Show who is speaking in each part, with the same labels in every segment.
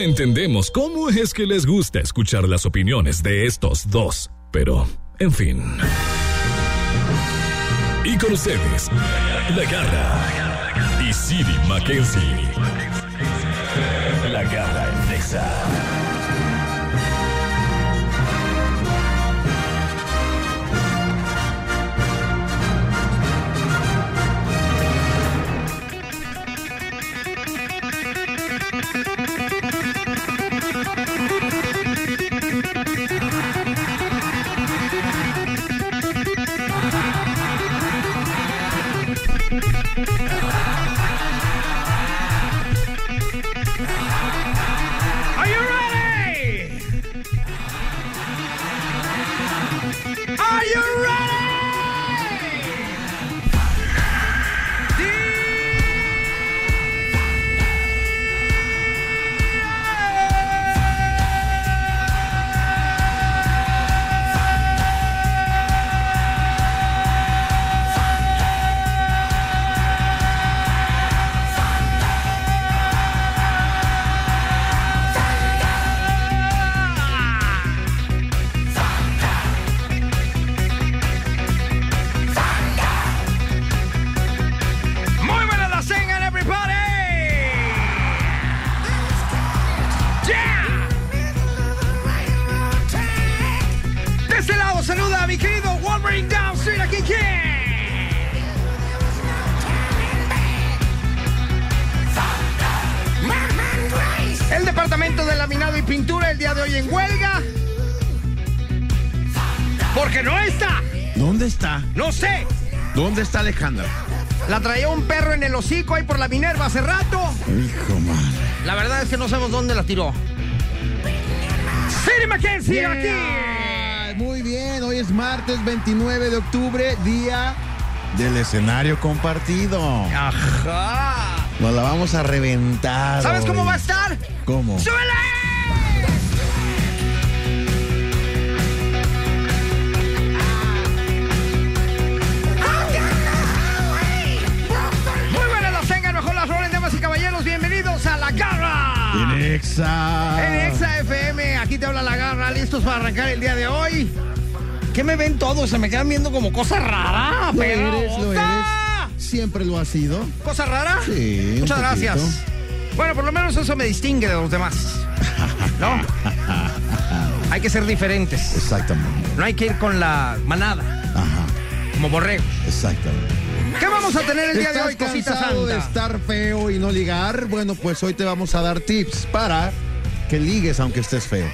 Speaker 1: Entendemos cómo es que les gusta escuchar las opiniones de estos dos, pero, en fin. Y con ustedes, La Garra y Siri Mackenzie. La Garra en Nexa.
Speaker 2: este La traía un perro en el hocico ahí por la Minerva hace rato.
Speaker 3: Hijo madre.
Speaker 2: La verdad es que no sabemos dónde la tiró. ¡Siri Mackenzie yeah. aquí!
Speaker 3: Muy bien, hoy es martes 29 de octubre, día del escenario compartido.
Speaker 2: Ajá.
Speaker 3: Nos la vamos a reventar.
Speaker 2: ¿Sabes
Speaker 3: hoy.
Speaker 2: cómo va a estar?
Speaker 3: ¿Cómo?
Speaker 2: ¡Súbele!
Speaker 3: En Exa.
Speaker 2: En Exa FM, aquí te habla la garra, listos para arrancar el día de hoy. ¿Qué me ven todos? Se me quedan viendo como cosa rara,
Speaker 3: Lo
Speaker 2: pero.
Speaker 3: eres, lo eres. Siempre lo has sido.
Speaker 2: ¿Cosa rara?
Speaker 3: Sí, un
Speaker 2: Muchas
Speaker 3: poquito.
Speaker 2: gracias. Bueno, por lo menos eso me distingue de los demás. ¿No? Hay que ser diferentes.
Speaker 3: Exactamente.
Speaker 2: No hay que ir con la manada,
Speaker 3: Ajá.
Speaker 2: como borrego.
Speaker 3: Exactamente.
Speaker 2: ¿Qué vamos a tener el día de
Speaker 3: ¿Estás
Speaker 2: hoy, cosita
Speaker 3: cansado de
Speaker 2: santa?
Speaker 3: estar feo y no ligar? Bueno, pues hoy te vamos a dar tips para que ligues aunque estés feo.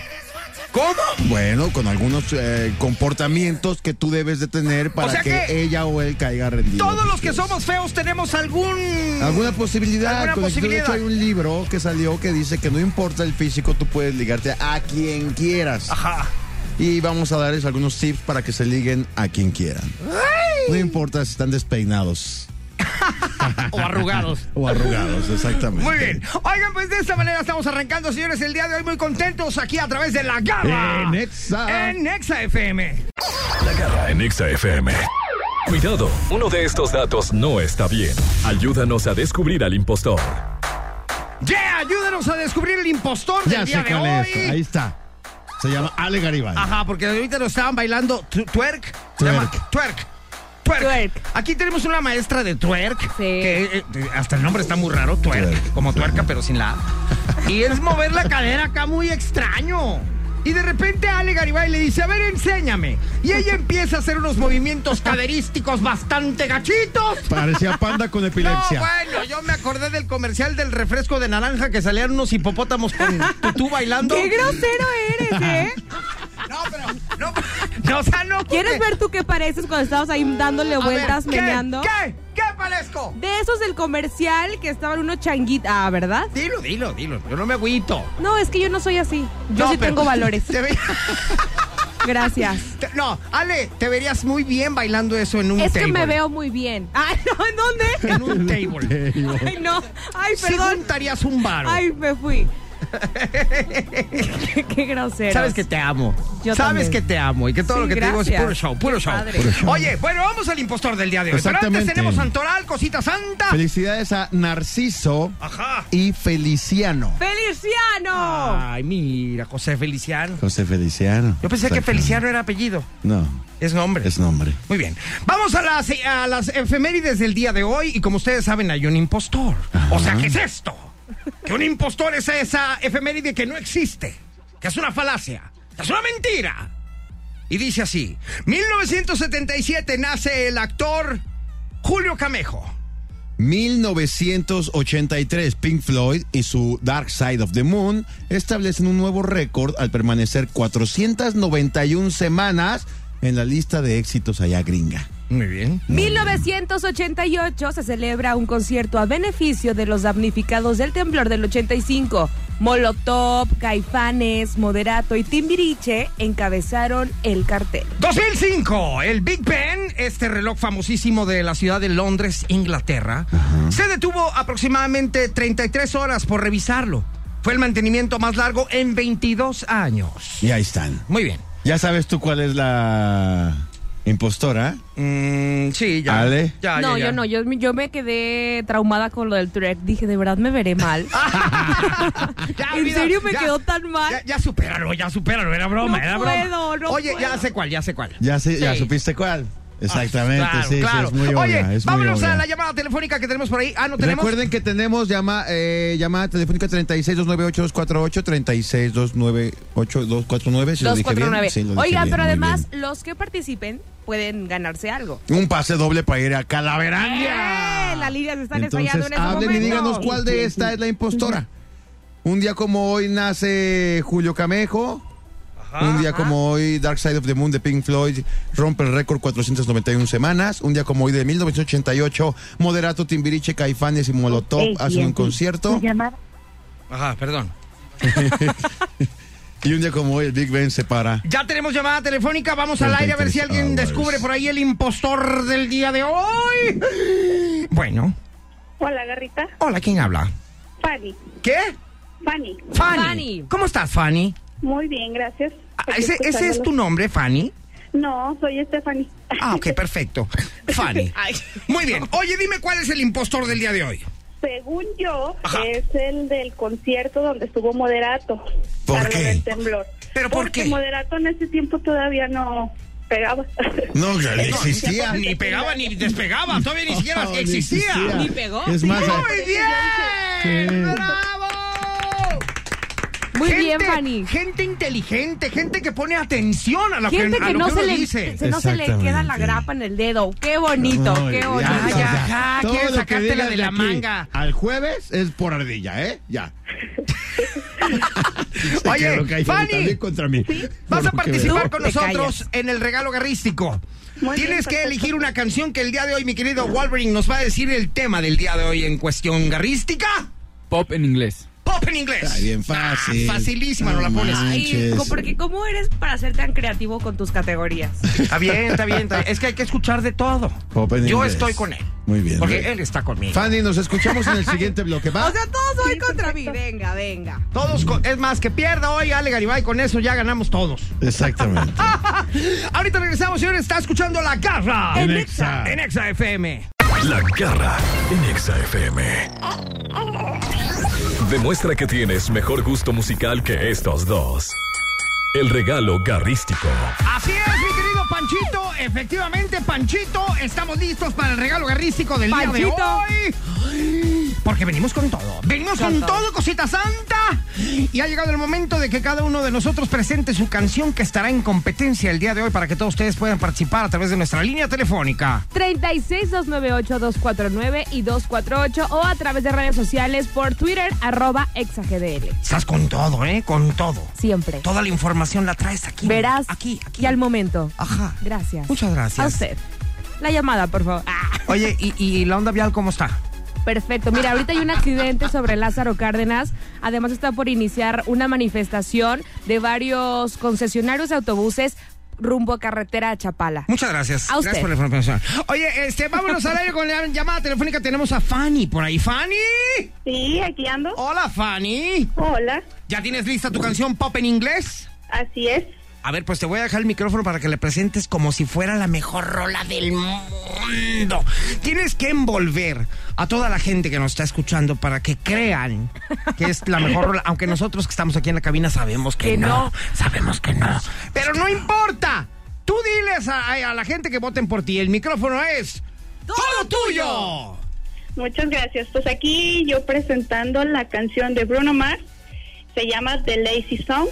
Speaker 2: ¿Cómo?
Speaker 3: Bueno, con algunos eh, comportamientos que tú debes de tener para
Speaker 2: sea
Speaker 3: que,
Speaker 2: que
Speaker 3: ella o él caiga rendido.
Speaker 2: Todos los que somos feos tenemos algún.
Speaker 3: Alguna posibilidad.
Speaker 2: Alguna
Speaker 3: con el- de hecho,
Speaker 2: posibilidad.
Speaker 3: hay un libro que salió que dice que no importa el físico, tú puedes ligarte a quien quieras.
Speaker 2: Ajá.
Speaker 3: Y vamos a darles algunos tips para que se liguen a quien quieran. No importa si están despeinados
Speaker 2: O arrugados.
Speaker 3: o arrugados, exactamente.
Speaker 2: Muy bien. Oigan, pues de esta manera estamos arrancando, señores, el día de hoy muy contentos aquí a través de la garra.
Speaker 3: En Exa.
Speaker 2: Ah, En Exa FM.
Speaker 1: La Garra en Nexa FM. Cuidado, uno de estos datos no está bien. Ayúdanos a descubrir al impostor.
Speaker 2: Yeah, ayúdenos a descubrir el impostor del
Speaker 3: Ya
Speaker 2: día
Speaker 3: sé
Speaker 2: de
Speaker 3: cuál
Speaker 2: hoy. Ah.
Speaker 3: es. Ahí está. Se llama Ale Garibay.
Speaker 2: Ajá, porque ahorita lo estaban bailando tu- twerk. Se llama
Speaker 3: Twerk.
Speaker 2: twerk. Twerk.
Speaker 4: Twerk.
Speaker 2: Aquí tenemos una maestra de twerk.
Speaker 4: Sí.
Speaker 2: Que eh, eh, hasta el nombre está muy raro, twerk.
Speaker 3: Twerk.
Speaker 2: Como tuerca, pero sin la A. Y es mover la cadera acá muy extraño. Y de repente Ale Garibay le dice, a ver, enséñame. Y ella empieza a hacer unos movimientos caderísticos bastante gachitos.
Speaker 3: Parecía panda con epilepsia.
Speaker 2: No, bueno, yo me acordé del comercial del refresco de naranja que salían unos hipopótamos con tú bailando.
Speaker 4: ¡Qué grosero eres, eh!
Speaker 2: No, pero, no, no, o sea, no. porque-
Speaker 4: ¿Quieres ver tú qué pareces cuando estabas ahí dándole
Speaker 2: A ver,
Speaker 4: vueltas,
Speaker 2: ¿qué,
Speaker 4: meneando?
Speaker 2: ¿Qué? ¿Qué parezco?
Speaker 4: De esos del comercial que estaban unos changuitos. Ah, ¿verdad?
Speaker 2: Dilo, dilo, dilo. Yo no me agüito.
Speaker 4: No, es que yo no soy así. Yo
Speaker 2: No,
Speaker 4: sí
Speaker 2: pero-
Speaker 4: tengo valores.
Speaker 2: te ve-
Speaker 4: Gracias.
Speaker 2: te- no, Ale, te verías muy bien bailando eso en un
Speaker 4: Es
Speaker 2: table.
Speaker 4: que me veo muy bien. Ay, no, ¿en
Speaker 2: En
Speaker 4: dónde?
Speaker 2: un table.
Speaker 4: Ay, no. Ay,
Speaker 2: Sí
Speaker 4: perdón.
Speaker 2: juntarías un varo.
Speaker 4: Ay, me fui. Qué grosero.
Speaker 2: Sabes que te amo.
Speaker 4: Yo
Speaker 2: Sabes
Speaker 4: también.
Speaker 2: que te amo y que todo
Speaker 4: Sí,
Speaker 2: lo que te digo es
Speaker 4: gracias.
Speaker 2: puro show, puro
Speaker 4: Qué
Speaker 2: show.
Speaker 4: padre.
Speaker 3: Puro show.
Speaker 2: Oye, bueno, vamos al impostor del día de hoy. Pero antes
Speaker 3: Exactamente.
Speaker 2: tenemos Santoral, Cosita Santa.
Speaker 3: Felicidades a Narciso
Speaker 2: Ajá.
Speaker 3: y Feliciano.
Speaker 4: ¡Feliciano!
Speaker 2: Ay, mira, José Feliciano.
Speaker 3: José Feliciano.
Speaker 2: Yo pensé que
Speaker 3: Exacto.
Speaker 2: Feliciano era apellido.
Speaker 3: No,
Speaker 2: Es nombre.
Speaker 3: es nombre.
Speaker 2: Muy bien. Vamos a las, a las efemérides del día de hoy y como ustedes saben hay un impostor. O sea, ¿qué es esto? Que un impostor es esa efeméride que no existe, que es una falacia, que es una mentira. Y dice así, 1977 nace el actor Julio Camejo.
Speaker 3: 1983, Pink Floyd y su Dark Side of the Moon establecen un nuevo récord al permanecer 491 semanas en la lista de éxitos allá gringa.
Speaker 2: Muy bien.
Speaker 4: 1988 se celebra un concierto a beneficio de los damnificados del temblor del 85. Molotov, Caifanes, Moderato y Timbiriche encabezaron el cartel.
Speaker 2: 2005, el Big Ben, este reloj famosísimo de la ciudad de Londres, Inglaterra, se detuvo aproximadamente 33 horas por revisarlo. Fue el mantenimiento más largo en 22 años.
Speaker 3: Y ahí están.
Speaker 2: Muy bien.
Speaker 3: Ya sabes tú cuál es la impostora.
Speaker 2: Mm, sí, ya.
Speaker 3: Ale.
Speaker 2: Ya,
Speaker 4: no,
Speaker 2: ya, ya.
Speaker 4: yo no, yo, yo me quedé traumada con lo del Trek. Dije, de verdad me veré mal.
Speaker 2: Ya,
Speaker 4: ¿En
Speaker 2: olvida,
Speaker 4: serio me
Speaker 2: ya,
Speaker 4: quedó tan mal?
Speaker 2: Ya, ya supéralo, ya supéralo, era broma,
Speaker 4: No
Speaker 2: era broma.
Speaker 4: puedo, no
Speaker 2: Oye, ya
Speaker 4: puedo.
Speaker 2: sé cuál, ya sé cuál.
Speaker 3: Ya, sé- ya
Speaker 4: Sí.
Speaker 3: supiste cuál. Exactamente,
Speaker 2: Ah, Claro,
Speaker 3: sí, sí,
Speaker 2: claro.
Speaker 3: es muy
Speaker 2: Oye,
Speaker 3: obvia, es muy
Speaker 2: vámonos a
Speaker 3: obvia.
Speaker 2: la llamada telefónica que tenemos por ahí. Ah, no tenemos.
Speaker 3: Recuerden que tenemos llama, eh, llamada telefónica 36-298-248, 36-298-249. Si lo dije bien.
Speaker 4: 249.
Speaker 3: Sí, lo dije
Speaker 4: Oigan,
Speaker 3: bien,
Speaker 4: pero
Speaker 3: muy
Speaker 4: además,
Speaker 3: bien.
Speaker 4: los que participen pueden ganarse algo.
Speaker 3: Un pase doble para ir a Calaverandia.
Speaker 4: ¡Eh! Las líneas se están
Speaker 3: Entonces,
Speaker 4: estallando en ese
Speaker 3: hablen y
Speaker 4: momento.
Speaker 3: díganos cuál de esta es la impostora. Un día como hoy nace Julio Camejo. un día como hoy, Dark Side of the Moon de Pink Floyd rompe el récord 491 semanas. Un día como hoy de 1988, Moderato, Timbiriche, Caifanes y Molotov hacen un concierto.
Speaker 2: Ajá, perdón.
Speaker 3: Y un día como hoy, el Big Ben se para.
Speaker 2: Ya tenemos llamada telefónica, vamos al
Speaker 3: 33
Speaker 2: aire a ver si alguien
Speaker 3: hours.
Speaker 2: descubre por ahí el impostor del día de hoy. Bueno,
Speaker 5: Hola, Garrita.
Speaker 2: hola, ¿quién habla?
Speaker 5: Fanny.
Speaker 2: ¿Qué?
Speaker 5: Fanny.
Speaker 2: Fanny.
Speaker 4: Fanny.
Speaker 2: ¿Cómo estás, Fanny?
Speaker 5: Muy bien, gracias.
Speaker 2: Ah, ¿Ese,
Speaker 5: Estoy
Speaker 2: ese es tu
Speaker 5: escuchándolos.
Speaker 2: nombre, Fanny?
Speaker 5: No, soy Stephanie.
Speaker 2: Ah, ok, perfecto. Fanny. Muy bien. Oye, dime cuál es el impostor del día de hoy.
Speaker 5: Según yo,
Speaker 2: Ajá.
Speaker 5: es el del concierto donde estuvo Moderato.
Speaker 3: ¿Por
Speaker 5: para lo
Speaker 3: qué?
Speaker 5: del temblor.
Speaker 2: ¿Pero por
Speaker 5: Porque
Speaker 2: qué?
Speaker 5: Moderato en ese tiempo todavía no pegaba.
Speaker 3: No, ya
Speaker 5: No,
Speaker 3: existía.
Speaker 2: Ni pegaba ni despegaba, todavía ni siquiera
Speaker 3: No, ni
Speaker 2: existía.
Speaker 3: existía.
Speaker 4: Ni pegó.
Speaker 3: Es más,
Speaker 2: ¡Muy bien!
Speaker 3: Sí.
Speaker 2: ¡Bravo!
Speaker 4: Muy
Speaker 2: Gente-
Speaker 4: bien, Fanny.
Speaker 2: Gente inteligente, gente que pone atención a lo
Speaker 4: Gente
Speaker 2: que, a
Speaker 4: que
Speaker 2: lo
Speaker 4: no
Speaker 2: que uno
Speaker 4: se, le,
Speaker 2: dice.
Speaker 4: se- no se le queda la
Speaker 3: Exactamente.
Speaker 4: grapa en el dedo. Qué bonito,
Speaker 3: No,
Speaker 4: qué
Speaker 3: ya,
Speaker 4: bonito.
Speaker 2: Ay,
Speaker 3: o sea,
Speaker 2: ajá,
Speaker 3: todo
Speaker 2: quieres
Speaker 3: lo que
Speaker 2: sacártela
Speaker 3: digas
Speaker 2: de la
Speaker 3: aquí
Speaker 2: manga.
Speaker 3: Al jueves es por ardilla, ¿eh? Ya. Se
Speaker 2: Oye,
Speaker 3: quedó callado
Speaker 2: Fanny.
Speaker 3: también contra mí.
Speaker 2: Vas a
Speaker 3: Porque-
Speaker 2: participar
Speaker 4: Tú
Speaker 2: con
Speaker 4: te
Speaker 2: nosotros en el regalo garrístico.
Speaker 5: Muy bien,
Speaker 2: Tienes que
Speaker 5: perfecto.
Speaker 2: elegir una canción que el día de hoy, mi querido Wolverine, nos va a decir el tema del día de hoy en cuestión garrística.
Speaker 6: Pop en inglés.
Speaker 2: Pop en inglés.
Speaker 3: Está bien fácil.
Speaker 2: Ah, facilísima, no, la
Speaker 3: No
Speaker 2: pones.
Speaker 3: manches.
Speaker 4: Ay, co- porque ¿cómo eres para ser tan creativo con tus categorías?
Speaker 2: Está bien, está bien, está bien. Es que hay que escuchar de todo.
Speaker 3: Pop en
Speaker 2: Yo
Speaker 3: inglés.
Speaker 2: estoy con él.
Speaker 3: Muy bien.
Speaker 2: Porque él está conmigo.
Speaker 3: Fanny, nos escuchamos en el siguiente bloque. ¿va?
Speaker 4: O sea, todos hoy contra mí. Venga, venga.
Speaker 2: Todos, con- es más, que pierda hoy Ale Garibay, con eso ya ganamos todos.
Speaker 3: Exactamente.
Speaker 2: Ahorita regresamos, señores, está escuchando La Garra.
Speaker 4: En
Speaker 3: Exa.
Speaker 2: En Exa FM.
Speaker 1: La garra en Exa FM. Demuestra que tienes mejor gusto musical que estos dos. El regalo garrístico.
Speaker 2: Así es, mi querido Panchito. Efectivamente, Panchito, estamos listos para el regalo garrístico del día
Speaker 4: Panchito.
Speaker 2: de hoy. Porque venimos con todo. Venimos con,
Speaker 4: Con
Speaker 2: todo.
Speaker 4: todo.
Speaker 2: cosita santa. Y ha llegado el momento de que cada uno de nosotros presente su canción que estará en competencia el día de hoy para que todos ustedes puedan participar a través de nuestra línea telefónica.
Speaker 4: 36-298-249 y 248 o a través de redes sociales por Twitter, arroba exagdl.
Speaker 2: Estás con todo, ¿eh? Con todo.
Speaker 4: Siempre.
Speaker 2: Toda la información la traes aquí.
Speaker 4: Verás
Speaker 2: Aquí, aquí.
Speaker 4: y al momento.
Speaker 2: Ajá.
Speaker 4: Gracias.
Speaker 2: Muchas gracias.
Speaker 4: A usted. La llamada, por favor. Ah,
Speaker 2: Oye, ¿y, y la onda vial cómo está?
Speaker 4: perfecto. Mira, ahorita hay un accidente sobre Lázaro Cárdenas. Además está por iniciar una manifestación de varios concesionarios de autobuses rumbo a carretera a Chapala.
Speaker 2: Muchas gracias.
Speaker 4: A
Speaker 2: Gracias
Speaker 4: usted.
Speaker 2: por la información. Oye, este, vámonos al aire con la llamada telefónica. Tenemos a Fanny por ahí. ¡Fanny!
Speaker 5: Sí, aquí ando.
Speaker 2: Hola, Fanny.
Speaker 5: Hola,
Speaker 2: ¿Ya tienes lista tu canción pop en inglés?
Speaker 5: así es.
Speaker 2: A ver, pues te voy a dejar el micrófono para que le presentes como si fuera la mejor rola del mundo. Tienes que envolver a toda la gente que nos está escuchando para que crean que es la mejor rola, aunque nosotros que estamos aquí en la cabina sabemos que,
Speaker 4: Que
Speaker 2: no,
Speaker 4: no.
Speaker 2: sabemos que no. Pero no importa. Tú diles a, a- a la gente que voten por ti. El micrófono es todo tuyo.
Speaker 5: Muchas gracias. Pues aquí yo presentando la canción de Bruno Mars. Se llama The Lazy Song.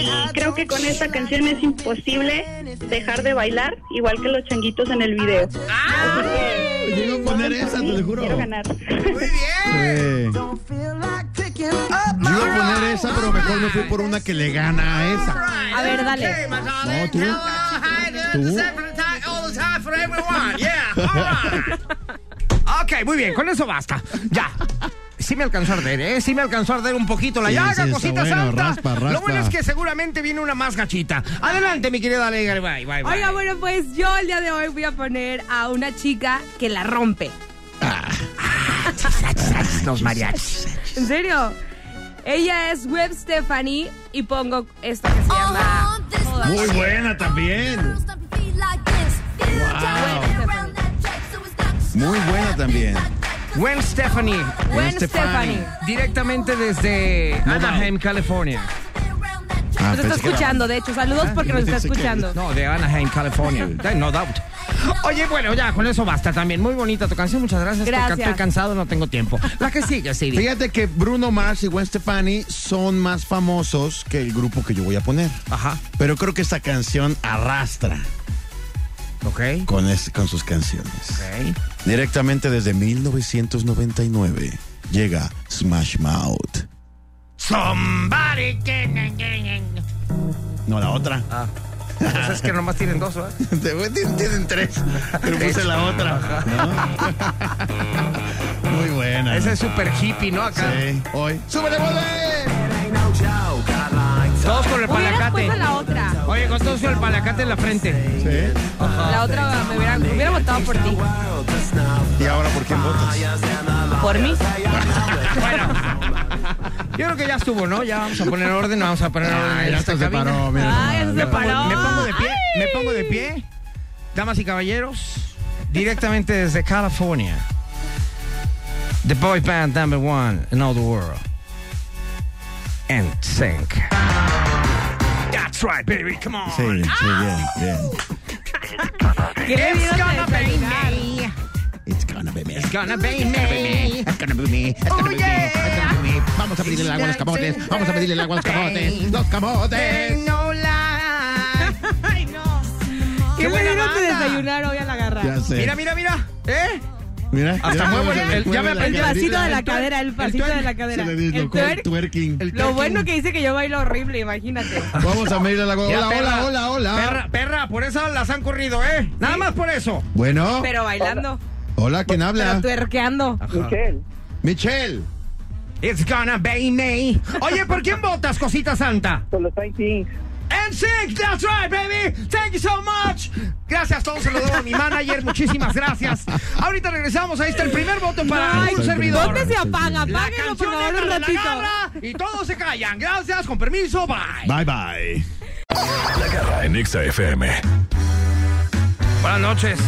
Speaker 5: Y creo que con esta canción es imposible dejar de bailar, igual que los changuitos en el video.
Speaker 3: Yo iba a poner esa, te lo juro.
Speaker 5: Quiero ganar.
Speaker 2: Ah, Muy bien.
Speaker 3: Eh, Yo iba a poner esa, pero mejor me fui por una que le gana a esa.
Speaker 4: A ver, dale. uh,
Speaker 3: No, tú. Tú.
Speaker 2: Ok, muy bien, con eso basta. Ya. Sí me alcanzó a arder, ¿eh? Sí me alcanzó a arder un poquito la
Speaker 3: Sí,
Speaker 2: llaga,
Speaker 3: sí, está
Speaker 2: cosita
Speaker 3: bueno,
Speaker 2: santa.
Speaker 3: raspa, raspa.
Speaker 2: Lo bueno es que seguramente viene una más gachita. Adelante, mi querida Alegar. Bye, bye, bye.
Speaker 4: Oiga, bueno, pues yo el día de hoy voy a poner a una chica que la rompe.
Speaker 2: Los mariachis.
Speaker 4: ¿En serio? Ella es Web Stephanie y pongo esta que se
Speaker 7: Oh,
Speaker 4: llama...
Speaker 3: Muy buena también. Muy buena también.
Speaker 2: Gwen Stephanie,
Speaker 4: Gwen
Speaker 3: Stefani.
Speaker 4: Stephanie.
Speaker 2: directamente desde Anaheim, California.
Speaker 3: Ah,
Speaker 4: Nos
Speaker 3: pensé que
Speaker 4: está
Speaker 3: era- Ah,
Speaker 4: escuchando, de hecho. Saludos porque nos está
Speaker 3: Pensé que-
Speaker 4: escuchando.
Speaker 2: No, de Anaheim, California. There, No doubt. Oye, bueno, ya, con eso basta también. Muy bonita tu canción, muchas gracias. porque
Speaker 4: Gracias.
Speaker 2: Estoy cansado, no tengo tiempo. La que sigue, Siri.
Speaker 3: Fíjate que Bruno Mars y Gwen Stefani son más famosos que el grupo que yo voy a poner.
Speaker 2: Ajá,
Speaker 3: Pero creo que esta canción arrastra
Speaker 2: ok.
Speaker 3: con, es- con sus canciones.
Speaker 2: Ok.
Speaker 3: Directamente desde 1999 llega Smash Mouth.
Speaker 2: Somebody can...
Speaker 3: No, la otra.
Speaker 2: Ah. Pues es que nomás tienen dos, ¿verdad?
Speaker 3: Tienen tienen tres, pero puse la otra. ¿no? Muy buena.
Speaker 2: Ese es súper hippie, ¿no? Acá.
Speaker 3: Sí, hoy. ¡Súbele, vuelve!
Speaker 2: Todos con el
Speaker 4: Hubieras
Speaker 2: palacate.
Speaker 4: puesto la otra.
Speaker 2: Oye, con todos con el palacate en la frente.
Speaker 3: Sí.
Speaker 4: La otra me hubiera, me hubiera votado por ti.
Speaker 3: ¿Y ahora por
Speaker 2: Ah,
Speaker 3: quién votas?
Speaker 4: ¿Por mí?
Speaker 2: Bueno. Yo creo que ya estuvo, ¿no? Ya vamos a poner orden, vamos a poner orden.
Speaker 3: Ah,
Speaker 2: en
Speaker 3: ya
Speaker 2: esta
Speaker 3: hasta se
Speaker 2: cabina.
Speaker 3: paró, mira.
Speaker 4: Ay, eso
Speaker 2: Me
Speaker 4: se
Speaker 2: pongo,
Speaker 4: paró.
Speaker 2: me pongo de pie,
Speaker 4: Ay.
Speaker 2: me pongo de pie. Damas y caballeros, directamente desde California. The boy band number one in all the world. And sync. That's right, baby, come on.
Speaker 3: Sí, sí, bien, bien.
Speaker 4: Qué
Speaker 2: It's
Speaker 4: nervios
Speaker 2: gonna
Speaker 4: de
Speaker 2: be
Speaker 4: terminar.
Speaker 2: me.
Speaker 3: It's gonna be me.
Speaker 2: It's Oh, gonna be me.
Speaker 3: It's gonna be me. It's gonna be me. It's gonna be me. Vamos a pedirle el agua a los camotes. Vamos a pedirle el agua a los camotes. Los
Speaker 2: Ain't
Speaker 3: camotes.
Speaker 2: no lie.
Speaker 4: Ay, no. Qué
Speaker 2: buena
Speaker 4: bueno te
Speaker 2: banda.
Speaker 4: desayunar hoy a la garra.
Speaker 3: Ya sé.
Speaker 2: Mira, mira, mira. ¿Eh?
Speaker 3: Mira,
Speaker 2: Hasta muevo el- el- ya me aprendí
Speaker 4: El pasito de la
Speaker 2: El twerk,
Speaker 4: cadera, el pasito
Speaker 2: twerk.
Speaker 4: de la cadera.
Speaker 3: Se le
Speaker 4: El
Speaker 3: dislocó el
Speaker 4: twerk.
Speaker 3: twerking.
Speaker 2: El
Speaker 4: Lo
Speaker 2: twerking.
Speaker 4: bueno que dice que yo bailo horrible, imagínate.
Speaker 3: Vamos a pedirle el agua.
Speaker 2: Ya,
Speaker 3: Hola,
Speaker 2: perra,
Speaker 3: hola, hola, hola.
Speaker 2: Perra, perra, por eso las han corrido, ¿eh? Nada más por eso.
Speaker 3: Bueno,
Speaker 4: Pero bailando,
Speaker 3: hola, ¿quién
Speaker 4: pero
Speaker 3: habla?
Speaker 4: tuerqueando.
Speaker 5: Michelle,
Speaker 3: Michelle.
Speaker 2: It's gonna be me. Oye, ¿por quién votas, cosita santa?
Speaker 5: con los Vikings.
Speaker 2: And sync, that's right, baby. Thank you so much. Gracias, todo se lo debo a mi manager. Muchísimas gracias. Ahorita regresamos. Ahí está el primer voto para
Speaker 4: Ay,
Speaker 2: un servidor.
Speaker 4: ¿Dónde se apaga?
Speaker 2: La
Speaker 4: Apáguenlo, por
Speaker 2: canción
Speaker 4: favor,
Speaker 2: entra de
Speaker 4: un
Speaker 2: la
Speaker 4: ratito.
Speaker 2: garra y todos se callan. Gracias, con permiso, bye.
Speaker 3: Bye, bye.
Speaker 1: La garra en Exa FM.
Speaker 2: Buenas noches.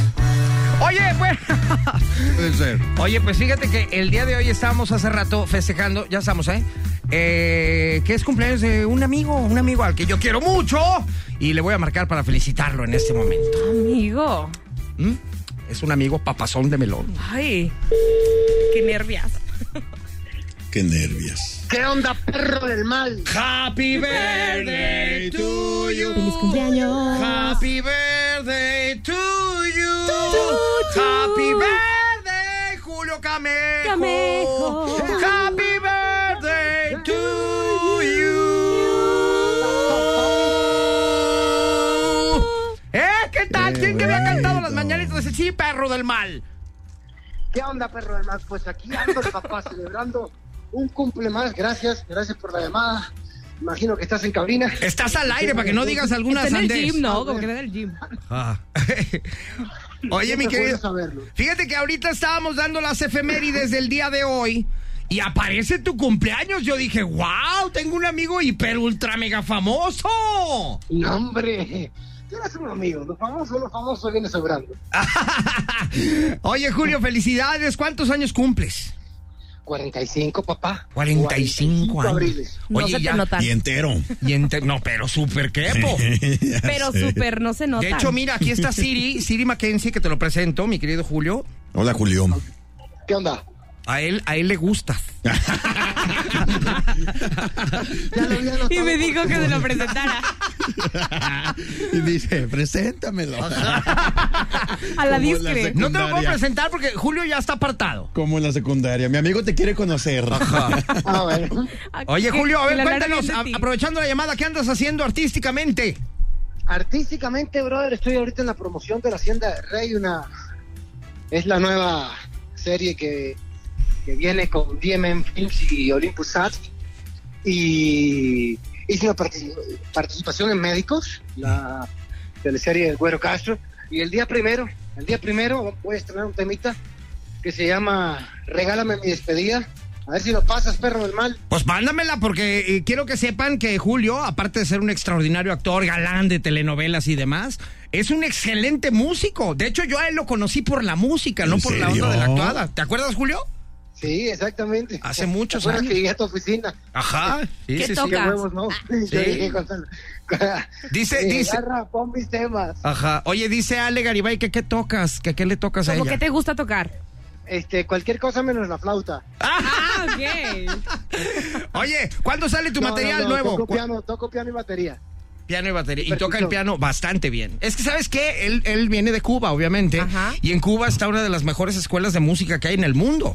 Speaker 2: Oye, pues.
Speaker 3: Puede ser.
Speaker 2: Oye, pues fíjate que el día de hoy estábamos hace rato festejando, ya estamos, ¿eh? Eh, que es cumpleaños de un amigo, un amigo al que yo quiero mucho y le voy a marcar para felicitarlo en este momento.
Speaker 4: Amigo.
Speaker 2: ¿Mm? Es un amigo papazón de melón.
Speaker 4: Ay, qué nervias.
Speaker 3: Qué nervios.
Speaker 6: ¿Qué onda, perro del mal?
Speaker 2: Happy birthday to you.
Speaker 4: Feliz cumpleaños.
Speaker 2: Happy birthday to you.
Speaker 4: To you.
Speaker 2: Happy birthday, Julio Camejo.
Speaker 4: Camejo.
Speaker 2: Happy birthday to you. ¿Eh? ¿Qué tal?
Speaker 3: Qué
Speaker 2: ¿Quién que había cantado
Speaker 3: bonito.
Speaker 2: las mañanitas? Dice, Sí, perro del mal.
Speaker 6: ¿Qué onda, perro del mal? Pues aquí ando, papá, celebrando un cumple más. Gracias, gracias por la llamada. Imagino que estás en cabina.
Speaker 2: Estás al aire para que no digas alguna
Speaker 4: Está en el
Speaker 2: sandez.
Speaker 4: gym, ¿no? Como que está en el gym.
Speaker 2: Ah. Oye, mi
Speaker 6: Siempre
Speaker 2: querido.
Speaker 6: puedes saberlo.
Speaker 2: Fíjate que ahorita estábamos dando las efemérides del día de hoy y aparece tu cumpleaños. Yo dije, wow, tengo un amigo hiper ultra mega famoso.
Speaker 6: No, hombre. Tú eres un amigo. Los famosos, los famosos vienen sobrando.
Speaker 2: Oye, Julio, felicidades. ¿Cuántos años cumples?
Speaker 6: 45, papá.
Speaker 2: 45 años.
Speaker 6: abriles.
Speaker 4: No
Speaker 2: Oye,
Speaker 4: se te
Speaker 2: ya.
Speaker 4: nota.
Speaker 3: Y entero.
Speaker 2: y ente- no, pero súper quepo.
Speaker 4: Pero súper, no se nota.
Speaker 2: De hecho, mira, aquí está Siri, Siri Mackenzie, que te lo presento, mi querido Julio.
Speaker 3: Hola, Julio.
Speaker 6: ¿Qué onda?
Speaker 2: A él, a él le gustas.
Speaker 6: Ya lo había notado
Speaker 4: Y me dijo
Speaker 6: porque-
Speaker 4: que se lo presentara
Speaker 3: Y dice, preséntamelo.
Speaker 4: a la
Speaker 3: Como las
Speaker 4: discre.
Speaker 3: de-
Speaker 2: No te lo puedo
Speaker 3: Secundaria.
Speaker 2: presentar porque Julio ya está apartado.
Speaker 3: Como en la secundaria. Mi amigo te quiere conocer.
Speaker 6: Ah, bueno.
Speaker 2: Oye, Julio, a ver,
Speaker 4: Que la Lara
Speaker 2: cuéntanos,
Speaker 4: viene
Speaker 2: a-
Speaker 4: de ti.
Speaker 2: aprovechando la llamada, ¿qué andas haciendo artísticamente?
Speaker 6: Artísticamente, brother, estoy ahorita en la promoción de la Hacienda de Rey, una es la nueva serie que, que viene con DMM Films y Olympus Arts y hice una partici- participación en Médicos, la teleserie del Güero Castro y el día primero, el día primero voy a estrenar un temita que se llama Regálame mi despedida, a ver si lo pasas, perro del mal.
Speaker 2: Pues mándamela porque eh, quiero que sepan que Julio, aparte de ser un extraordinario actor, galán de telenovelas y demás, es un excelente músico. De hecho, yo a él lo conocí por la música, no
Speaker 3: ¿En
Speaker 2: por la
Speaker 3: serio?
Speaker 2: onda de la actuada. ¿Te acuerdas, Julio?
Speaker 6: Sí, exactamente.
Speaker 2: Hace muchos
Speaker 6: ¿Te acuerdas
Speaker 2: años.
Speaker 6: que llegué a tu oficina
Speaker 2: Ajá. Sí,
Speaker 4: ¿Qué
Speaker 2: sí, sí.
Speaker 4: toca? Ah.
Speaker 6: Qué huevos, ¿no? Yo dije, con- con-
Speaker 2: Dice-
Speaker 6: Eh,
Speaker 2: dice-
Speaker 6: Garra, pon mis temas.
Speaker 2: Ajá. Oye, dice Ale Garibay que qué tocas, que qué le tocas a
Speaker 4: Como
Speaker 2: ella.
Speaker 4: que te gusta tocar.
Speaker 6: Este, cualquier cosa menos la flauta.
Speaker 4: Ah, ok.
Speaker 2: Oye, ¿cuándo sale tu
Speaker 6: No,
Speaker 2: material
Speaker 6: no, no,
Speaker 2: nuevo?
Speaker 6: Toco piano, toco piano y batería.
Speaker 2: Piano y batería. Y toca el
Speaker 6: Perfecto.
Speaker 2: piano bastante bien. Es que, ¿sabes qué? Él, él viene de Cuba, obviamente.
Speaker 4: Ajá.
Speaker 2: Y en Cuba está una de las mejores escuelas de música que hay en el mundo.